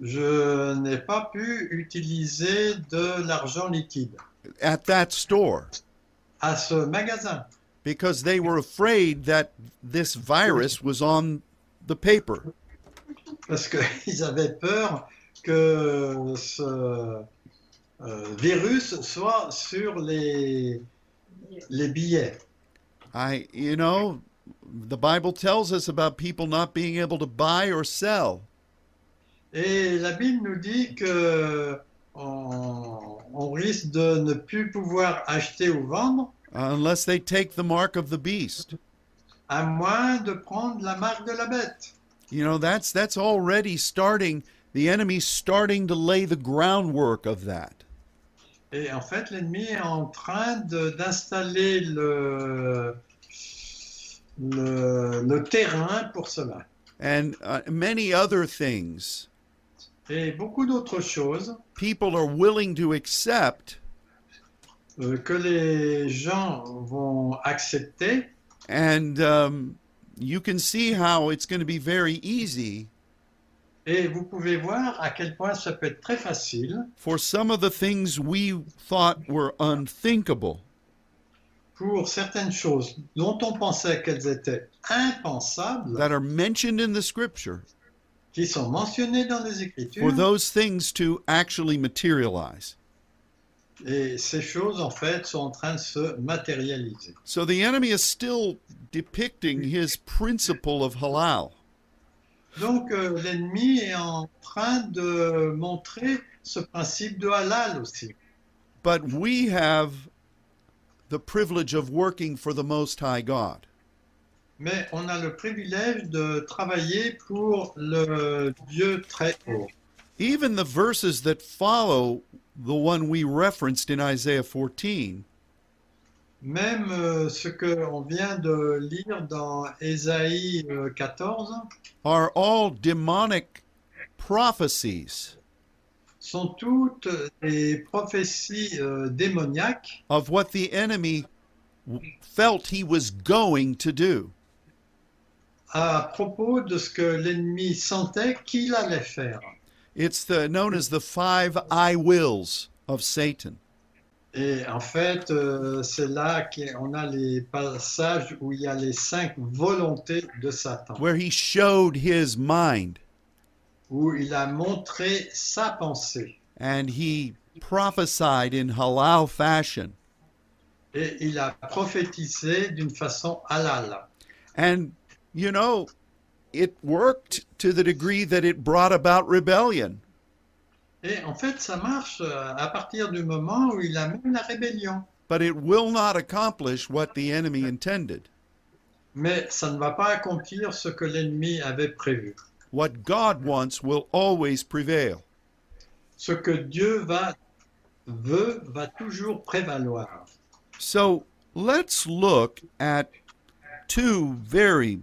Speaker 2: je n'ai pas pu utiliser de l'argent liquide
Speaker 1: at that store
Speaker 2: à ce magasin
Speaker 1: because they were afraid that this virus was on the paper.
Speaker 2: parce qu'ils avaient peur que ce euh, virus soit sur les, les billets.
Speaker 1: I, you know, the Bible tells us about people not being able to buy or sell.
Speaker 2: Et la Bible nous dit que on, on risque de ne plus pouvoir acheter ou vendre
Speaker 1: uh, Unless they take the mark of the beast,
Speaker 2: à moins de prendre la marque de la bête.
Speaker 1: you know that's that's already starting. The enemy's starting to lay the groundwork of that.
Speaker 2: Et en fait, l'ennemi est en train de- d'installer le, le, le terrain pour cela.
Speaker 1: And uh, many other things
Speaker 2: Et beaucoup d'autres choses
Speaker 1: people are willing to accept,
Speaker 2: euh, que les gens vont accepter.
Speaker 1: and um, you can see how it's going to be very easy
Speaker 2: Et vous pouvez voir à quel point ça peut être très facile
Speaker 1: for some of the things we thought were unthinkable
Speaker 2: pour certaines choses dont on pensait qu'elles étaient impensables,
Speaker 1: that are mentioned in the scripture
Speaker 2: qui sont mentionnées dans les
Speaker 1: for
Speaker 2: Écritures.
Speaker 1: those things to actually materialize.
Speaker 2: Et ces choses, en fait, sont en train de se matérialiser.
Speaker 1: So the enemy is still depicting his principle of halal.
Speaker 2: Donc, euh, l'ennemi est en train de montrer ce principe de halal aussi.
Speaker 1: But we have the privilege of working for the Most High God.
Speaker 2: Mais on a le privilège de travailler pour le Dieu très haut.
Speaker 1: Even the verses that follow the one we referenced in Isaiah 14
Speaker 2: Même euh, ce que on vient de lire dans Ésaïe euh, 14
Speaker 1: are all demonic prophecies
Speaker 2: sont toutes des prophéties euh, démoniaques
Speaker 1: of what the enemy w- felt he was going to do.
Speaker 2: à propos de ce que l'ennemi sentait qu'il allait faire.
Speaker 1: It's the known as the five I wills of Satan.
Speaker 2: Et en fait, euh, c'est là qu'on a les passages où il y a les cinq volontés de Satan,
Speaker 1: where he showed his mind
Speaker 2: où il a montré sa pensée.
Speaker 1: and he prophesied in halal fashion.
Speaker 2: Et il a prophétisé d'une façon halal.
Speaker 1: And, you know, it worked to the degree that it brought about rebellion.
Speaker 2: Et en fait, ça marche euh, à partir du moment où il amène la rébellion.
Speaker 1: But it will not accomplish what the enemy intended.
Speaker 2: Mais ça ne va pas accomplir ce que l'ennemi avait prévu.
Speaker 1: What God wants will always prevail.
Speaker 2: ce que Dieu va, veut va toujours prévaloir.
Speaker 1: So let's look at two very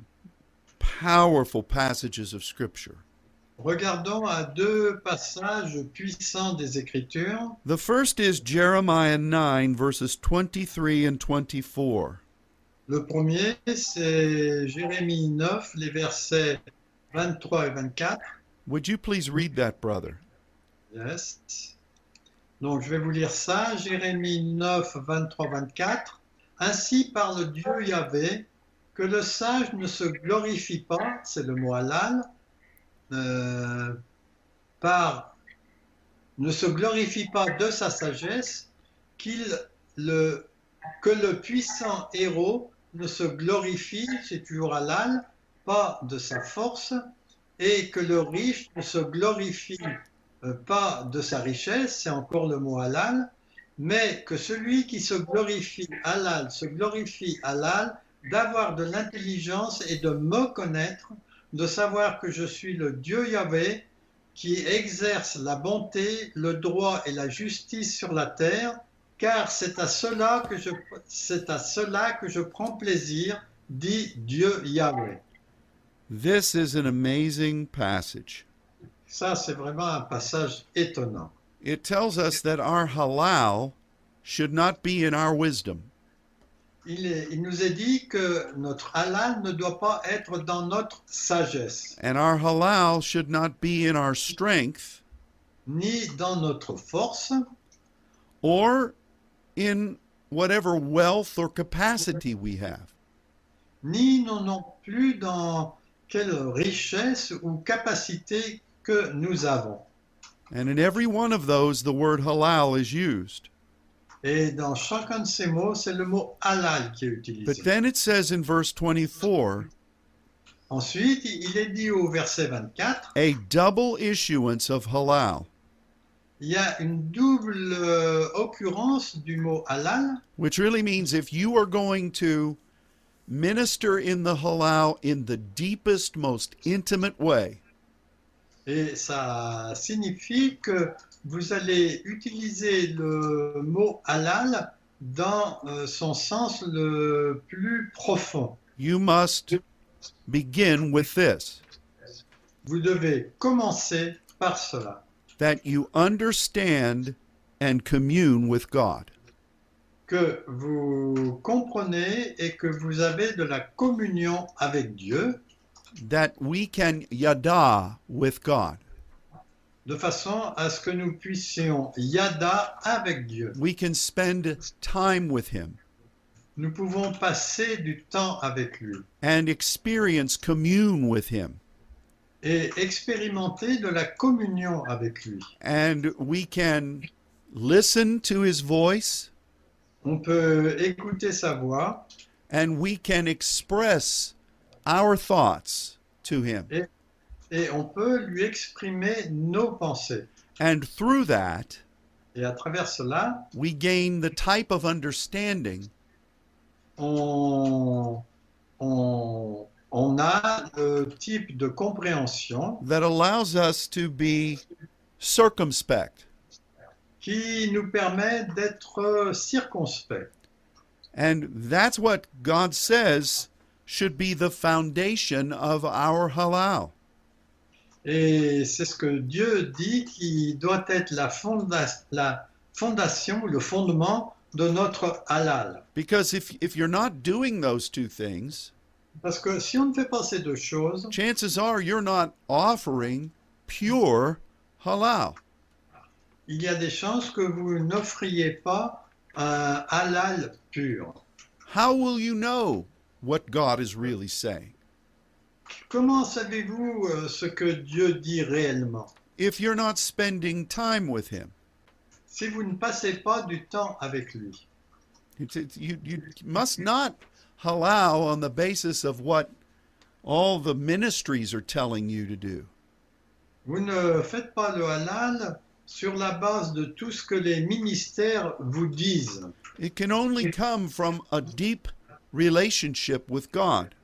Speaker 1: powerful passages of Scripture.
Speaker 2: Regardons à deux passages puissants des Écritures.
Speaker 1: The first is Jeremiah 9, verses 23 and 24.
Speaker 2: Le premier, c'est Jérémie 9, les versets 23 et 24.
Speaker 1: Would you please read that, brother?
Speaker 2: Yes. Donc je vais vous lire ça, Jérémie 9, 23, 24. Ainsi parle Dieu Yahvé, que le sage ne se glorifie pas, c'est le mot halal, euh, par, ne se glorifie pas de sa sagesse, qu'il le, que le puissant héros ne se glorifie, c'est toujours halal, pas de sa force, et que le riche ne se glorifie euh, pas de sa richesse, c'est encore le mot halal, mais que celui qui se glorifie halal se glorifie halal d'avoir de l'intelligence et de me connaître, de savoir que je suis le Dieu Yahvé qui exerce la bonté, le droit et la justice sur la terre, car c'est à cela que je, c'est à cela que je prends plaisir, dit Dieu Yahvé.
Speaker 1: This is an amazing passage.
Speaker 2: Ça, c'est vraiment un passage étonnant.
Speaker 1: It tells us that our halal should not be in our wisdom.
Speaker 2: Il, est- il nous est dit que notre halal ne doit pas être dans notre sagesse,
Speaker 1: and our halal should not be in our strength
Speaker 2: ni dans notre force,
Speaker 1: or in whatever wealth or capacity we have.
Speaker 2: ni non, non plus dans quelle richesse ou capacité que nous avons.
Speaker 1: And in every one of those, the word halal is used.
Speaker 2: Et dans chacun de ces mots, c'est le mot halal qui est utilisé.
Speaker 1: But then it says in verse 24
Speaker 2: Ensuite, il est dit au verset 24,
Speaker 1: a double issuance of halal,
Speaker 2: il y a une double euh, occurrence du mot halal,
Speaker 1: which really means if you are going to minister in the halal in the deepest, most intimate way,
Speaker 2: et ça signifie que vous allez utiliser le mot halal dans euh, son sens le plus profond.
Speaker 1: you must begin with this.
Speaker 2: Vous devez commencer par cela,
Speaker 1: that you understand and commune with God.
Speaker 2: que vous comprenez et que vous avez de la communion avec Dieu.
Speaker 1: That we can yada with God.
Speaker 2: de façon à ce que nous puissions yada avec Dieu.
Speaker 1: We can spend time with Him
Speaker 2: Nous pouvons passer du temps avec lui
Speaker 1: and experience commune with Him.
Speaker 2: et expérimenter de la communion avec lui.
Speaker 1: And we can listen to His voice
Speaker 2: On peut écouter sa voix
Speaker 1: and we can express our thoughts to Him.
Speaker 2: et on peut lui exprimer nos pensées.
Speaker 1: And through that,
Speaker 2: Et à travers cela,
Speaker 1: we gain the type of understanding
Speaker 2: on, on, on a le type de compréhension
Speaker 1: that allows us to be circumspect
Speaker 2: qui nous permet d'être circonspect.
Speaker 1: And that's what God says should be the foundation of our halal.
Speaker 2: Et c'est ce que Dieu dit qui doit être la, fonda- la fondation, le fondement de notre halal.
Speaker 1: Because if, if you're not doing those two things,
Speaker 2: Parce que si on ne fait pas ces deux choses,
Speaker 1: chances are you're not offering pure halal.
Speaker 2: il y a des chances que vous n'offriez pas un halal pur.
Speaker 1: How will you know what God is really saying
Speaker 2: Comment savez-vous euh, ce que Dieu dit réellement
Speaker 1: if you're not spending time with Him?
Speaker 2: si vous ne passez pas du temps avec lui
Speaker 1: It's, it's, you, you must not halal on the basis of what all the ministries are telling you to do.
Speaker 2: Vous ne faites pas le halal sur la base de tout ce que les ministères vous disent.
Speaker 1: It can only come from a deep relationship with God.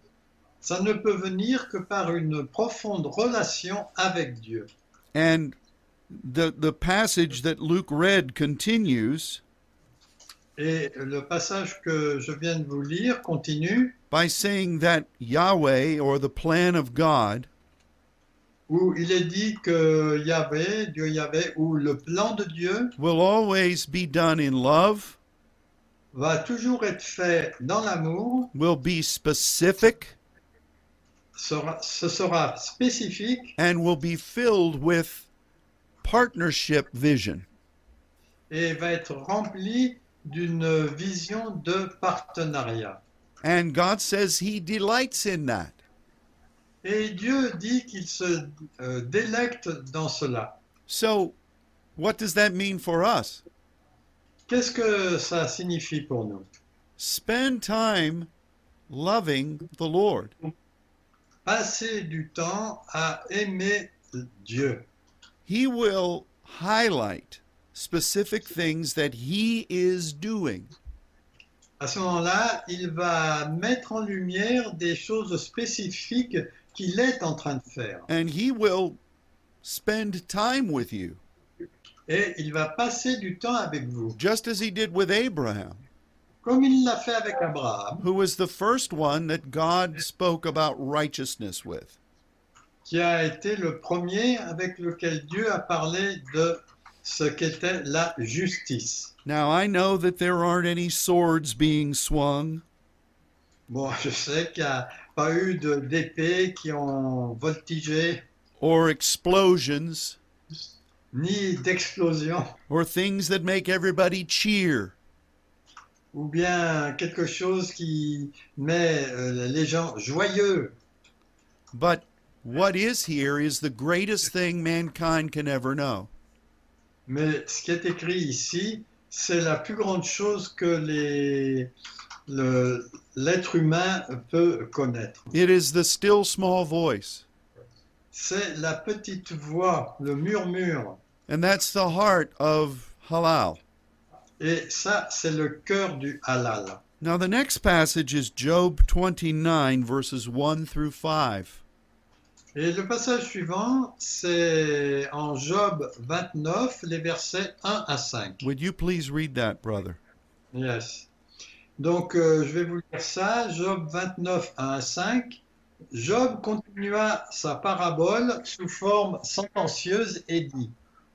Speaker 2: Ça ne peut venir que par une profonde relation avec Dieu.
Speaker 1: And the the passage that Luke read continues
Speaker 2: Et le passage que je viens de vous lire continue.
Speaker 1: by saying that Yahweh or the plan of God
Speaker 2: où il est dit que Yahvé, Dieu Yahvé, ou le plan de Dieu
Speaker 1: will always be done in love,
Speaker 2: va toujours être fait dans l'amour,
Speaker 1: will be specific,
Speaker 2: sera- ce sera spécifique
Speaker 1: and will be filled with partnership vision.
Speaker 2: et va être rempli d'une vision de partenariat.
Speaker 1: And God says He delights in that.
Speaker 2: Et Dieu dit qu'il se euh, délecte dans cela.
Speaker 1: So, what does that mean for us?
Speaker 2: Qu'est-ce que ça signifie pour nous
Speaker 1: Spend time loving the Lord.
Speaker 2: Passer du temps à aimer Dieu.
Speaker 1: He will highlight specific things that He is doing.
Speaker 2: À ce moment-là, il va mettre en lumière des choses spécifiques qu'il est en train de faire.
Speaker 1: and he will spend time with you,
Speaker 2: Et il va passer du temps avec vous,
Speaker 1: just as he did with Abraham,
Speaker 2: comme il l'a fait avec Abraham,
Speaker 1: who was the first one that God spoke about righteousness with.
Speaker 2: qui a été le premier avec lequel Dieu a parlé de ce qu'était la justice.
Speaker 1: Now, I know that there aren't any swords being swung,
Speaker 2: Bon, je sais qu'il n'y a pas eu de- d'épées qui ont voltigé,
Speaker 1: or explosions,
Speaker 2: ni d'explosion,
Speaker 1: or things that make everybody cheer,
Speaker 2: ou bien quelque chose qui met euh, les gens joyeux.
Speaker 1: but what is here is the greatest thing mankind can ever know.
Speaker 2: Mais ce qui est écrit ici, c'est la plus grande chose que les- le- l'être humain peut connaître.
Speaker 1: It is the still small voice,
Speaker 2: C'est la petite voix, le murmure.
Speaker 1: and that's the heart of halal.
Speaker 2: Et ça, c'est le cœur du halal.
Speaker 1: Now, the next passage is Job 29, verses 1 through 5.
Speaker 2: Et le passage suivant, c'est en Job 29, les versets 1 à 5.
Speaker 1: Would you please read that, brother?
Speaker 2: Yes. Donc, euh, je vais vous lire ça, Job 29 à 1, 5. Job continua sa parabole sous forme sentencieuse et dit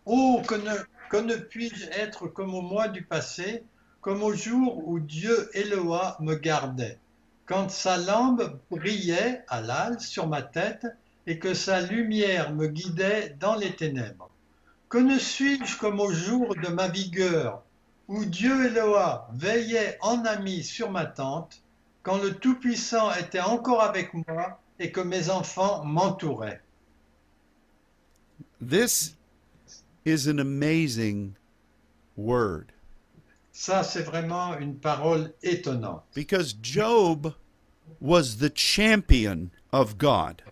Speaker 2: Oh, que ne, que ne puis-je être comme au mois du passé, comme au jour où Dieu Eloa me gardait, quand sa lampe brillait à l'âle sur ma tête et que sa lumière me guidait dans les ténèbres. Que ne suis-je comme au jour de ma vigueur, où Dieu Eloa veillait en ami sur ma tente, quand le Tout-Puissant était encore avec moi et que mes enfants m'entouraient.
Speaker 1: This is an amazing word
Speaker 2: Ça, c'est vraiment une parole étonnante,
Speaker 1: because Job was the champion of God,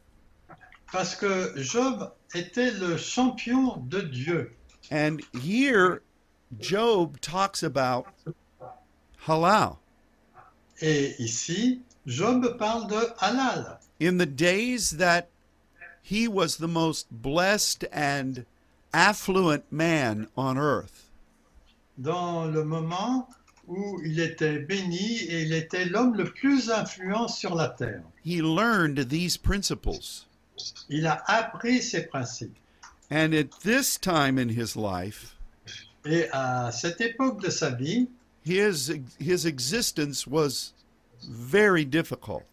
Speaker 2: parce que Job était le champion de Dieu.
Speaker 1: and here Job talks about halal.
Speaker 2: Et ici, Job parle de halal.
Speaker 1: In the days that he was the most blessed and affluent man on earth.
Speaker 2: dans le moment où il était béni et il était l'homme le plus influent sur la terre.
Speaker 1: he learned these principles.
Speaker 2: Il a appris ses principes.
Speaker 1: And at this time in his life,
Speaker 2: Et à cette époque de sa vie,
Speaker 1: his, his existence was very difficult.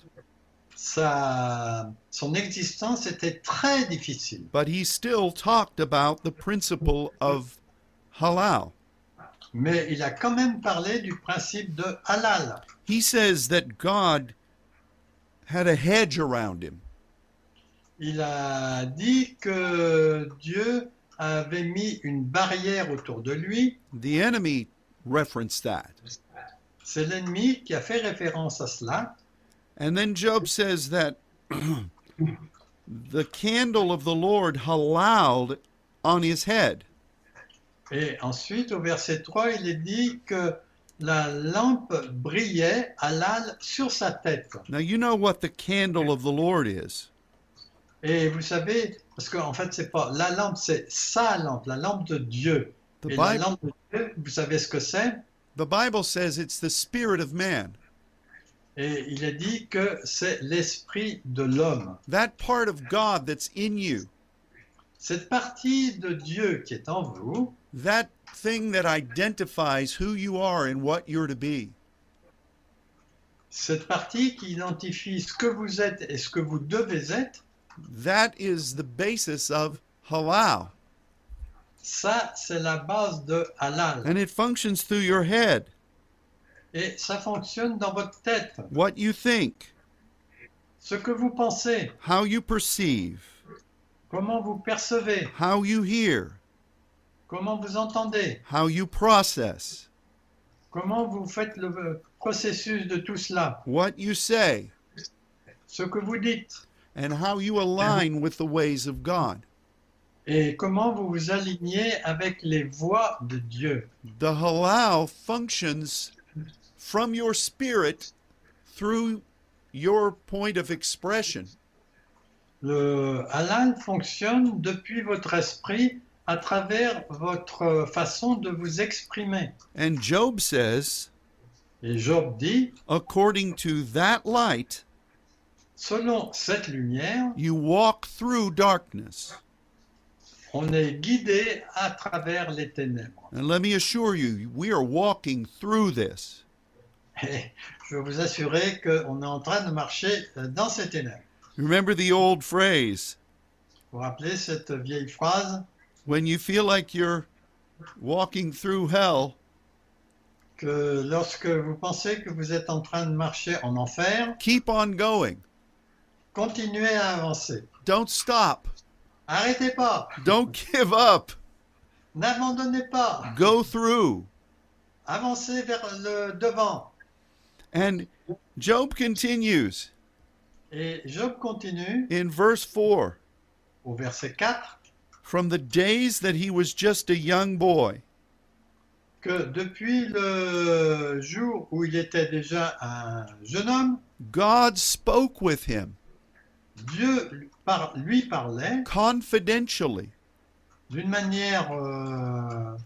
Speaker 2: sa, son existence était très difficile,
Speaker 1: But he still talked about the principle of halal.
Speaker 2: mais il a quand même parlé du principe de halal.
Speaker 1: He says that God had a hedge around him,
Speaker 2: Il a dit que Dieu avait mis une barrière autour de lui.
Speaker 1: the enemy referenced that.
Speaker 2: C'est l'ennemi qui a fait référence à cela.
Speaker 1: And then Job says that the candle of the Lord halal on his head.
Speaker 2: Et ensuite, au verset 3, il est dit que la lampe brillait halal sur sa tête.
Speaker 1: Now, you know what the candle of the Lord is.
Speaker 2: Et vous savez, parce qu'en fait, c'est pas la lampe, c'est sa lampe, la lampe de Dieu.
Speaker 1: The
Speaker 2: Et la
Speaker 1: Bible,
Speaker 2: lampe de Dieu, vous savez ce que c'est
Speaker 1: the Bible says it's the spirit of man.
Speaker 2: Et il a dit que c'est l'esprit de l'homme.
Speaker 1: that part of God that's in you,
Speaker 2: Cette partie de Dieu qui est en vous,
Speaker 1: that thing that identifies who you are and what you're to be.
Speaker 2: cette partie qui identifie ce que vous êtes et ce que vous devez être,
Speaker 1: That is the basis of halal.
Speaker 2: ça c'est la base de halal.
Speaker 1: And it functions through your head,
Speaker 2: Et ça fonctionne dans votre tête.
Speaker 1: what you think,
Speaker 2: Ce que vous pensez,
Speaker 1: how you perceive,
Speaker 2: comment vous percevez,
Speaker 1: how you hear,
Speaker 2: comment vous entendez,
Speaker 1: how you process,
Speaker 2: comment vous faites le euh, processus de tout cela,
Speaker 1: what you say,
Speaker 2: ce que vous dites
Speaker 1: and how you align with the ways of God.
Speaker 2: et comment vous vous alignez avec les voies de Dieu.
Speaker 1: The halal functions from your spirit through your point of expression.
Speaker 2: Le halal fonctionne depuis votre esprit à travers votre euh, façon de vous exprimer.
Speaker 1: And Job says,
Speaker 2: Et Job dit,
Speaker 1: according to that light,
Speaker 2: selon cette lumière,
Speaker 1: you walk through darkness.
Speaker 2: on est guidé à travers les ténèbres.
Speaker 1: And let me assure you, we are walking through this.
Speaker 2: Et je veux vous assurer qu'on est en train de marcher euh, dans ces ténèbres.
Speaker 1: Remember the old phrase
Speaker 2: Vous vous rappelez cette vieille phrase
Speaker 1: when you feel like you're walking through hell,
Speaker 2: que lorsque vous pensez que vous êtes en train de marcher en enfer,
Speaker 1: keep on going.
Speaker 2: continuez à avancer.
Speaker 1: Don't stop.
Speaker 2: Arrêtez pas,
Speaker 1: Don't give up.
Speaker 2: n'abandonnez pas,
Speaker 1: Go through.
Speaker 2: avancez vers le devant.
Speaker 1: And Job continues
Speaker 2: Et Job continue
Speaker 1: in verse 4
Speaker 2: au verset 4
Speaker 1: from the days that he was just a young boy,
Speaker 2: que depuis le jour où il était déjà un jeune homme,
Speaker 1: God spoke with him
Speaker 2: Dieu lui par- lui parlait
Speaker 1: confidentially.
Speaker 2: d'une manière euh,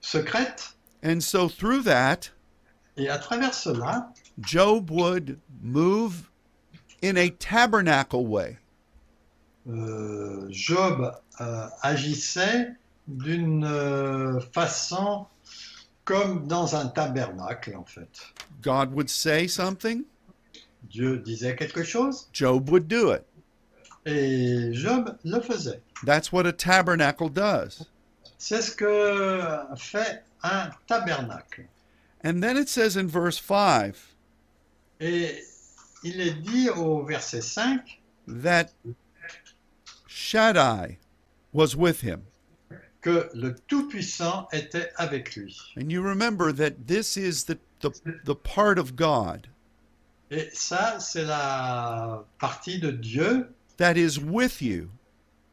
Speaker 2: secrète.
Speaker 1: And so through that,
Speaker 2: Et à travers cela,
Speaker 1: Job would move in a tabernacle way.
Speaker 2: euh, Job euh, agissait d'une euh, façon comme dans un tabernacle, en fait.
Speaker 1: God would say something,
Speaker 2: Dieu disait quelque chose
Speaker 1: Job would do it.
Speaker 2: et Job le faisait.
Speaker 1: That's what a tabernacle does.
Speaker 2: C'est ce que fait un tabernacle.
Speaker 1: And then it says in verse 5
Speaker 2: Et il est dit au verset 5
Speaker 1: that Shaddai was with him.
Speaker 2: que le Tout-Puissant était avec lui.
Speaker 1: And you remember that this is the, the, the part of God
Speaker 2: Et ça, c'est la partie de Dieu
Speaker 1: that is with you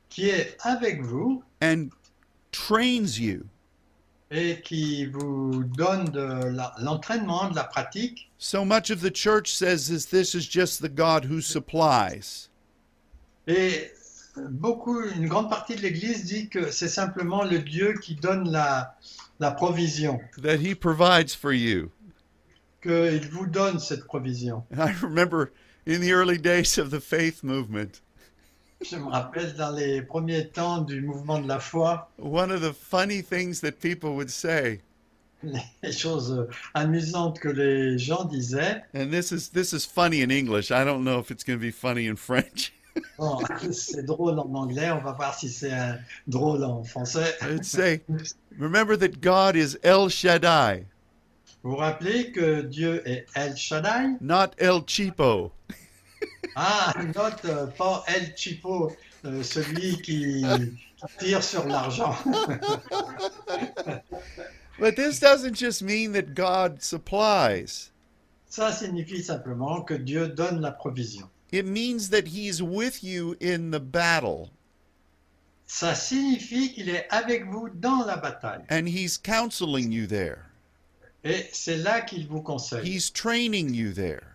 Speaker 2: qui est avec vous
Speaker 1: and trains you
Speaker 2: et qui vous donne de la- l'entraînement, de la pratique.
Speaker 1: So much of the church says is this is just the God who supplies.
Speaker 2: Et beaucoup, une grande partie de l'Église dit que c'est simplement le Dieu qui donne la, la provision,
Speaker 1: that he provides for you.
Speaker 2: qu'il vous donne cette provision.
Speaker 1: And I remember in the early days of the faith movement,
Speaker 2: Je me rappelle dans les premiers temps du mouvement de la foi,
Speaker 1: one of the funny things that people would say,
Speaker 2: les choses amusantes que les gens disaient.
Speaker 1: and this is this is funny in English. I don't know if it's going to be funny in French.
Speaker 2: Bon, c'est drôle en anglais, on va voir si c'est euh, drôle en français.
Speaker 1: I'd say, remember that God is El Shaddai,
Speaker 2: Vous vous rappelez que Dieu est El Shaddai
Speaker 1: not El Cheapo.
Speaker 2: Ah, note euh, pas El Chipo, euh, celui qui tire sur l'argent.
Speaker 1: But this doesn't just mean that God supplies.
Speaker 2: Ça signifie simplement que Dieu donne la provision.
Speaker 1: It means that he's with you in the battle
Speaker 2: Ça signifie qu'il est avec vous dans la bataille.
Speaker 1: and he's counseling you there.
Speaker 2: Et c'est là qu'il vous conseille.
Speaker 1: He's training you there.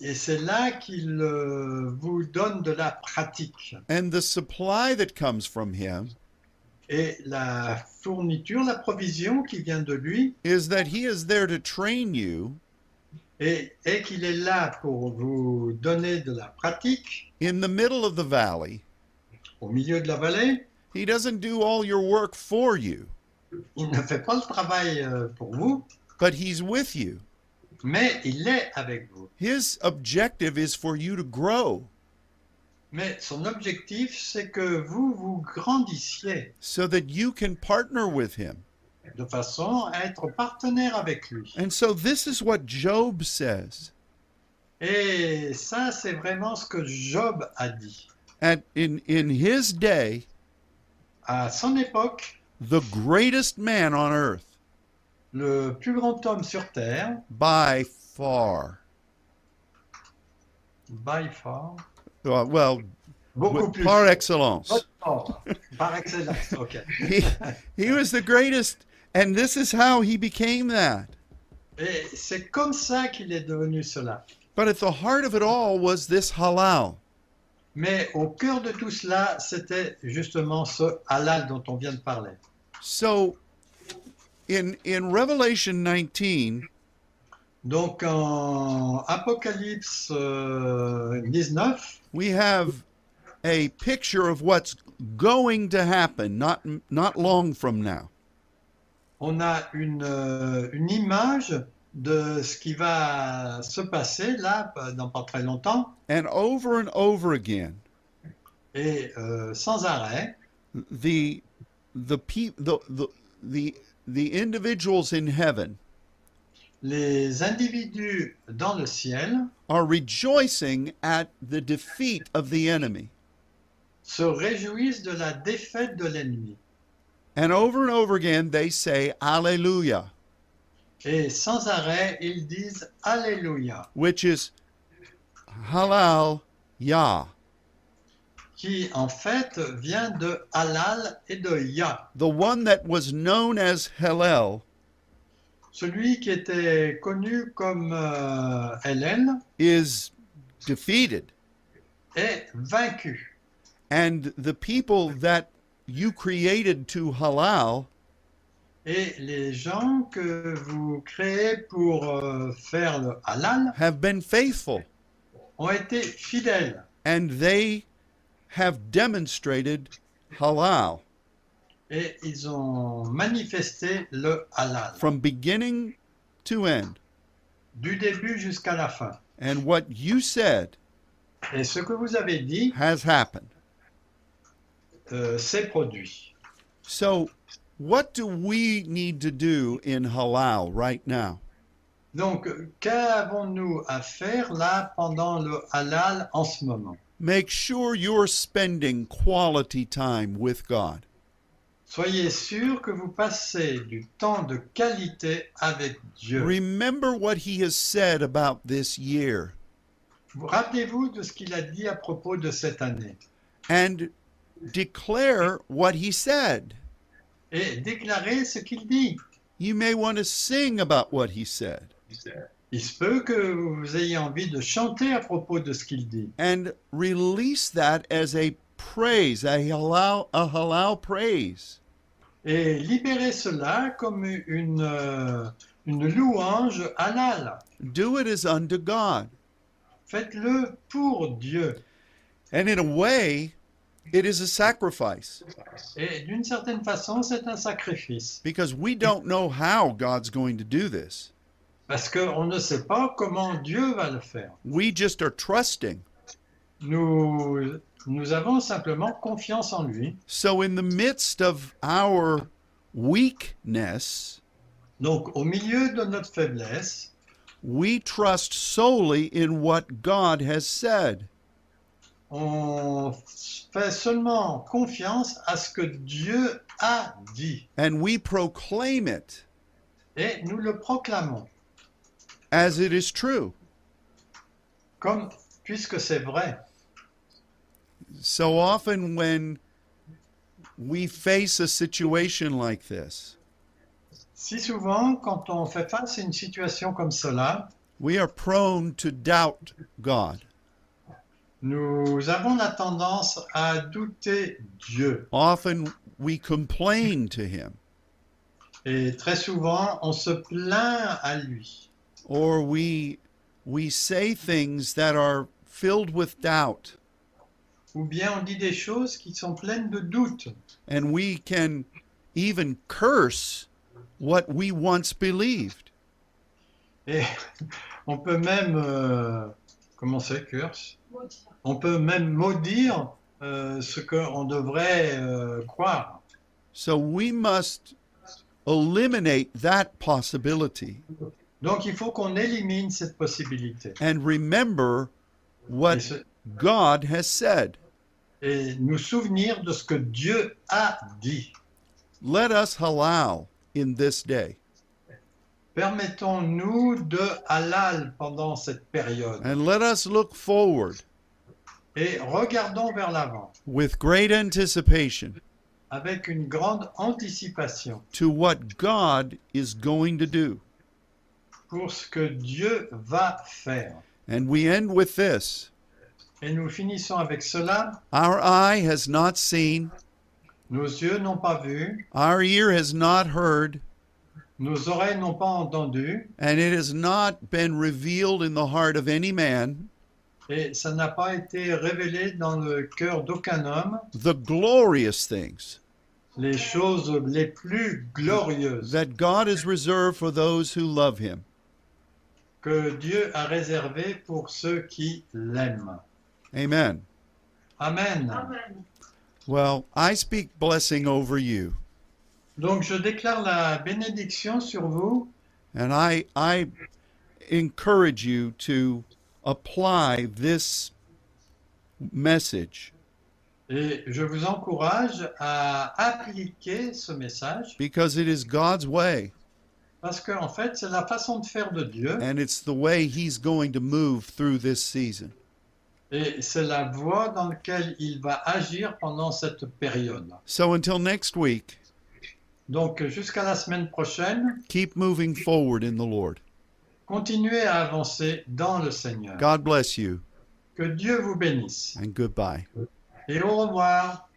Speaker 2: Et c'est là qu'il euh, vous donne de la pratique.
Speaker 1: And the supply that comes from him
Speaker 2: Et la fourniture, la provision qui vient de lui,
Speaker 1: is that he is there to train you
Speaker 2: et, et qu'il est là pour vous donner de la pratique
Speaker 1: in the middle of the valley.
Speaker 2: au milieu de la vallée.
Speaker 1: He doesn't do all your work for you,
Speaker 2: Il ne fait pas le travail euh, pour vous,
Speaker 1: but He's with you.
Speaker 2: mais il est avec vous.
Speaker 1: His objective is for you to grow
Speaker 2: Mais son objectif, c'est que vous vous grandissiez
Speaker 1: so that you can partner with Him.
Speaker 2: de façon à être partenaire avec lui.
Speaker 1: And so this is what Job says.
Speaker 2: Et ça, c'est vraiment ce que Job a dit.
Speaker 1: And in, in his day,
Speaker 2: À son époque,
Speaker 1: the greatest man on earth
Speaker 2: le plus grand homme sur Terre,
Speaker 1: by far.
Speaker 2: by far,
Speaker 1: Uh, well,
Speaker 2: beaucoup
Speaker 1: w-
Speaker 2: plus.
Speaker 1: par excellence.
Speaker 2: Oh, par excellence, ok.
Speaker 1: He, he was the greatest, and this is how he became that.
Speaker 2: Et c'est comme ça qu'il est devenu cela.
Speaker 1: But at the heart of it all was this halal.
Speaker 2: Mais au cœur de tout cela, c'était justement ce halal dont on vient de parler.
Speaker 1: So in in Revelation 19,
Speaker 2: Donc en Apocalypse euh, 19,
Speaker 1: we have a picture of what's going to happen not not long from now.
Speaker 2: on a une, euh, une image de ce qui va se passer là, pas- dans pas très longtemps,
Speaker 1: And over and over again,
Speaker 2: et euh, sans arrêt,
Speaker 1: the the pe- the the the, the individuals in heaven
Speaker 2: les individus dans le ciel
Speaker 1: are rejoicing at the defeat of the enemy.
Speaker 2: se réjouissent de la défaite de l'ennemi.
Speaker 1: And over and over again they say Alleluia,
Speaker 2: Et sans arrêt, ils disent Alléluia,
Speaker 1: which is halal yah.
Speaker 2: qui en fait vient de Halal et de Yah,
Speaker 1: the one that was known as Hillel
Speaker 2: celui qui était connu comme euh, Hélène
Speaker 1: is defeated,
Speaker 2: est vaincu.
Speaker 1: and the people that you created to halal
Speaker 2: Et les gens que vous créez pour euh, faire le halal
Speaker 1: have been faithful,
Speaker 2: ont été fidèles
Speaker 1: and they have demonstrated halal
Speaker 2: et ils ont manifesté le halal
Speaker 1: from beginning to end.
Speaker 2: du début jusqu'à la fin.
Speaker 1: And what you said
Speaker 2: Et ce que vous avez dit
Speaker 1: has happened.
Speaker 2: euh, s'est produit.
Speaker 1: So, what do we need to do in halal right now?
Speaker 2: Donc, qu'avons-nous à faire là pendant le halal en ce moment
Speaker 1: Make sure you're spending quality time with God.
Speaker 2: Soyez sûr que vous passez du temps de qualité avec Dieu.
Speaker 1: Remember what he has said about this year
Speaker 2: Rappelez-vous de ce qu'il a dit à propos de cette année
Speaker 1: and declare what he said.
Speaker 2: et déclarez ce qu'il dit.
Speaker 1: You may want to sing about what he said
Speaker 2: Il se peut que vous ayez envie de chanter à propos de ce qu'il dit
Speaker 1: and release that as a praise, a halal, a halal praise.
Speaker 2: et libérez cela comme une, euh, une louange halal.
Speaker 1: Do it as unto God.
Speaker 2: Faites-le pour Dieu.
Speaker 1: And in a way, it is a sacrifice
Speaker 2: Et d'une certaine façon, c'est un sacrifice.
Speaker 1: because we don't know how God's going to do this.
Speaker 2: Parce qu'on ne sait pas comment Dieu va le faire.
Speaker 1: We just are trusting.
Speaker 2: Nous, nous avons simplement confiance en lui.
Speaker 1: So, in the midst of our weakness,
Speaker 2: Donc, au milieu de notre faiblesse,
Speaker 1: We trust solely in what God has said.
Speaker 2: on fait seulement confiance à ce que Dieu a dit.
Speaker 1: And we proclaim it
Speaker 2: Et nous le proclamons,
Speaker 1: as it is true.
Speaker 2: comme puisque c'est vrai.
Speaker 1: So often, when we face a situation like this,
Speaker 2: Si souvent, quand on fait face à une situation comme cela,
Speaker 1: we are prone to doubt God,
Speaker 2: nous avons la tendance à douter Dieu.
Speaker 1: often, we complain to Him
Speaker 2: Et très souvent, on se plaint à lui.
Speaker 1: or we we say things that are filled with doubt,
Speaker 2: ou bien on dit des choses qui sont pleines de doutes,
Speaker 1: and we can even curse what we once believed.
Speaker 2: et on peut même, euh, comment c'est, curse On peut même maudire euh, ce qu'on devrait euh, croire.
Speaker 1: So we must eliminate that possibility
Speaker 2: Donc il faut qu'on élimine cette possibilité.
Speaker 1: and remember
Speaker 2: Et,
Speaker 1: what
Speaker 2: se-
Speaker 1: God has said.
Speaker 2: et nous souvenir de ce que Dieu a dit.
Speaker 1: Let us halal in this day
Speaker 2: Permettons-nous de halal pendant cette période
Speaker 1: and let us look forward
Speaker 2: et regardons vers l'avant
Speaker 1: with great anticipation
Speaker 2: avec une grande anticipation
Speaker 1: to what God is going to do.
Speaker 2: pour ce que Dieu va faire.
Speaker 1: And we end with this
Speaker 2: Et nous finissons avec cela.
Speaker 1: Our eye has not seen,
Speaker 2: Nos yeux n'ont pas vu,
Speaker 1: our ear has not heard,
Speaker 2: nos oreilles n'ont pas entendu,
Speaker 1: and it has not been revealed in the heart of any man
Speaker 2: et ça n'a pas été révélé dans le cœur d'aucun homme
Speaker 1: the glorious things
Speaker 2: les choses les plus glorieuses
Speaker 1: that God has reserved for those who love Him.
Speaker 2: que Dieu a réservées pour ceux qui l'aiment.
Speaker 1: Amen.
Speaker 2: Amen.
Speaker 3: Amen.
Speaker 1: Well, I speak blessing over you,
Speaker 2: Donc je déclare la bénédiction sur vous
Speaker 1: and I, I encourage you to apply this message
Speaker 2: et je vous encourage à appliquer ce message
Speaker 1: because it is God's way
Speaker 2: parce qu'en en fait c'est la façon de faire de Dieu
Speaker 1: and it's the way He's going to move through this season.
Speaker 2: et c'est la voie dans laquelle il va agir pendant cette période.
Speaker 1: So until next week,
Speaker 2: Donc jusqu'à la semaine prochaine,
Speaker 1: keep moving forward in the Lord.
Speaker 2: continuez à avancer dans le Seigneur.
Speaker 1: God bless you
Speaker 2: Que Dieu vous bénisse
Speaker 1: and goodbye.
Speaker 2: et au revoir.